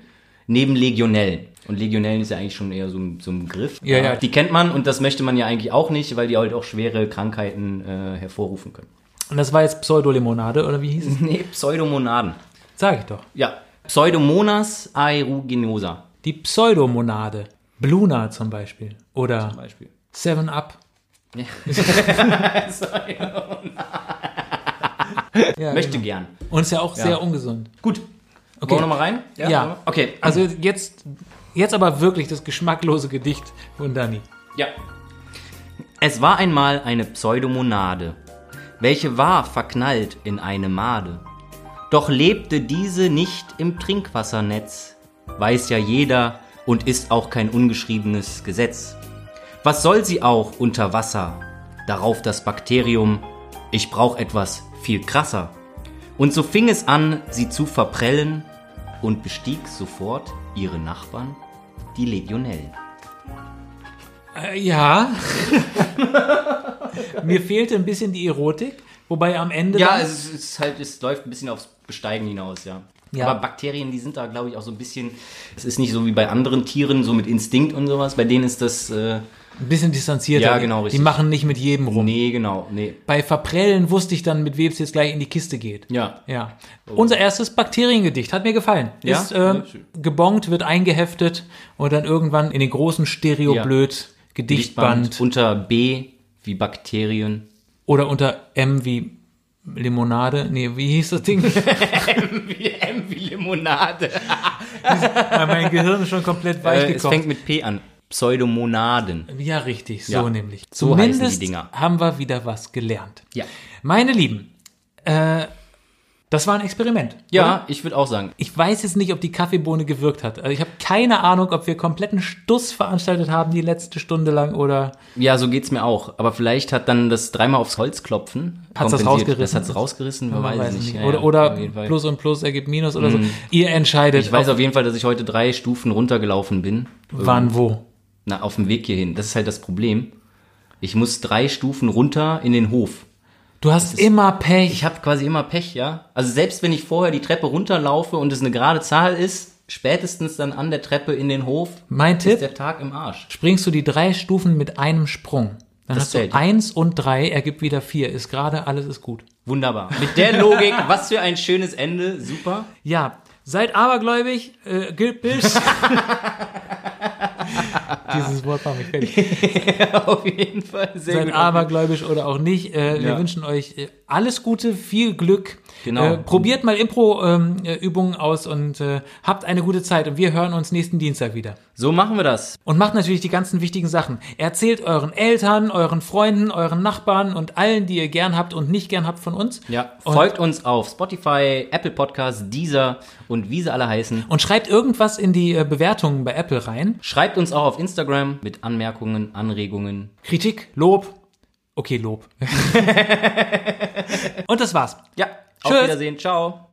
Speaker 3: neben Legionellen. Und Legionellen ist ja eigentlich schon eher so ein, so ein Begriff.
Speaker 4: Ja, ja.
Speaker 3: Die kennt man und das möchte man ja eigentlich auch nicht, weil die halt auch schwere Krankheiten äh, hervorrufen können.
Speaker 4: Und das war jetzt Pseudolimonade, oder wie hieß es?
Speaker 3: Nee, Pseudomonaden.
Speaker 4: Sag ich doch.
Speaker 3: Ja. Pseudomonas aeruginosa
Speaker 4: Die Pseudomonade. Bluna zum Beispiel. Oder
Speaker 3: zum Beispiel.
Speaker 4: Seven Up. Ja,
Speaker 3: Möchte
Speaker 4: genau.
Speaker 3: gern.
Speaker 4: Und ist ja auch sehr ungesund.
Speaker 3: Gut. Okay.
Speaker 4: Okay.
Speaker 3: Wollen wir nochmal rein?
Speaker 4: Ja.
Speaker 3: Okay.
Speaker 4: Also jetzt, jetzt aber wirklich das geschmacklose Gedicht von Dani.
Speaker 3: Ja. Es war einmal eine Pseudomonade, welche war verknallt in eine Made. Doch lebte diese nicht im Trinkwassernetz, weiß ja jeder und ist auch kein ungeschriebenes Gesetz. Was soll sie auch unter Wasser? Darauf das Bakterium, ich brauch etwas viel krasser. Und so fing es an, sie zu verprellen und bestieg sofort ihre Nachbarn, die Legionellen.
Speaker 4: Äh, ja. Mir fehlte ein bisschen die Erotik, wobei am Ende.
Speaker 3: Ja,
Speaker 4: dann-
Speaker 3: es, ist- es ist halt, es läuft ein bisschen aufs Besteigen hinaus, ja.
Speaker 4: Ja.
Speaker 3: Aber Bakterien, die sind da, glaube ich, auch so ein bisschen. Es ist nicht so wie bei anderen Tieren, so mit Instinkt und sowas. Bei denen ist das. Äh,
Speaker 4: ein bisschen distanzierter.
Speaker 3: Ja, genau, richtig.
Speaker 4: Die machen nicht mit jedem rum.
Speaker 3: nee, genau, nee.
Speaker 4: Bei Verprellen wusste ich dann, mit wem es jetzt gleich in die Kiste geht.
Speaker 3: Ja.
Speaker 4: Ja. Unser erstes Bakteriengedicht hat mir gefallen.
Speaker 3: Ja?
Speaker 4: Ist ähm,
Speaker 3: Ja, schön.
Speaker 4: gebongt, wird eingeheftet und dann irgendwann in den großen Stereoblöd Gedichtband
Speaker 3: unter B wie Bakterien.
Speaker 4: oder unter M wie Limonade. Nee, wie hieß das Ding?
Speaker 3: Wie M wie Limonade.
Speaker 4: Weil mein Gehirn ist schon komplett weich
Speaker 3: Äh, es
Speaker 4: gekocht.
Speaker 3: fängt mit P an. Pseudomonaden.
Speaker 4: Ja, richtig, so
Speaker 3: Ja.
Speaker 4: nämlich.
Speaker 3: So heißen die
Speaker 4: Zumindest
Speaker 3: Dinger.
Speaker 4: haben wir wieder was gelernt.
Speaker 3: Ja.
Speaker 4: Meine Lieben, äh, das war ein Experiment.
Speaker 3: Ja, ich würde auch sagen.
Speaker 4: Ich weiß jetzt nicht, ob die Kaffeebohne gewirkt hat. Also ich habe keine Ahnung, ob wir kompletten Stuss veranstaltet haben die letzte Stunde lang oder
Speaker 3: Ja, so geht's mir auch. Aber vielleicht hat dann das dreimal aufs Holz klopfen.
Speaker 4: Hat's das
Speaker 3: kompensiert.
Speaker 4: rausgerissen?
Speaker 3: Das hat's rausgerissen, man weiß,
Speaker 4: man weiß
Speaker 3: es
Speaker 4: es
Speaker 3: nicht. Ja,
Speaker 4: oder
Speaker 3: ja,
Speaker 4: oder
Speaker 3: auf jeden Fall. Mhm.
Speaker 4: Plus und Plus ergibt Minus oder so. Ihr entscheidet,
Speaker 3: Ich weiß
Speaker 4: ob,
Speaker 3: auf jeden Fall, dass ich heute drei Stufen runtergelaufen bin.
Speaker 4: wann wo.
Speaker 3: Na, auf dem Weg hierhin. Das ist halt das Problem. Ich muss drei Stufen runter in den Hof.
Speaker 4: Du hast immer Pech.
Speaker 3: Ich habe quasi immer Pech, ja. Also selbst wenn ich vorher die Treppe runterlaufe und es eine gerade Zahl ist, spätestens dann an der Treppe in den Hof
Speaker 4: Mein
Speaker 3: ist
Speaker 4: Tipp,
Speaker 3: der Tag im Arsch.
Speaker 4: springst du die drei Stufen mit einem Sprung. Dann
Speaker 3: Das
Speaker 4: hast du
Speaker 3: zählt.
Speaker 4: eins und drei, ergibt wieder vier. Ist gerade, alles ist gut.
Speaker 3: Wunderbar. Mit der Logik, was für ein schönes Ende. Super.
Speaker 4: Ja, seid abergläubig, äh, gilt bis. Dieses Wort war mich fertig.
Speaker 3: Auf jeden Fall sehr
Speaker 4: Seid abergläubisch oder auch nicht. Äh, Wir
Speaker 3: Ja.
Speaker 4: wünschen euch äh, alles Gute, viel Glück.
Speaker 3: Genau.
Speaker 4: Äh, probiert mal Impro-Übungen aus und äh, habt eine gute Zeit. Und wir hören uns nächsten Dienstag wieder.
Speaker 3: So machen wir das.
Speaker 4: Und macht natürlich die ganzen wichtigen Sachen. Erzählt euren Eltern, euren Freunden, euren Nachbarn und allen, die ihr gern habt und nicht gern habt von uns.
Speaker 3: Ja.
Speaker 4: Und,
Speaker 3: Folgt uns auf Spotify, Apple Podcasts, Deezer und wie sie alle heißen.
Speaker 4: und schreibt irgendwas in die äh, Bewertungen bei Apple rein.
Speaker 3: Schreibt uns auch auf Instagram mit Anmerkungen, Anregungen,
Speaker 4: Kritik, Lob. Okay, Lob. und das war's.
Speaker 3: Ja, auf
Speaker 4: Tschüss.
Speaker 3: Wiedersehen. Ciao.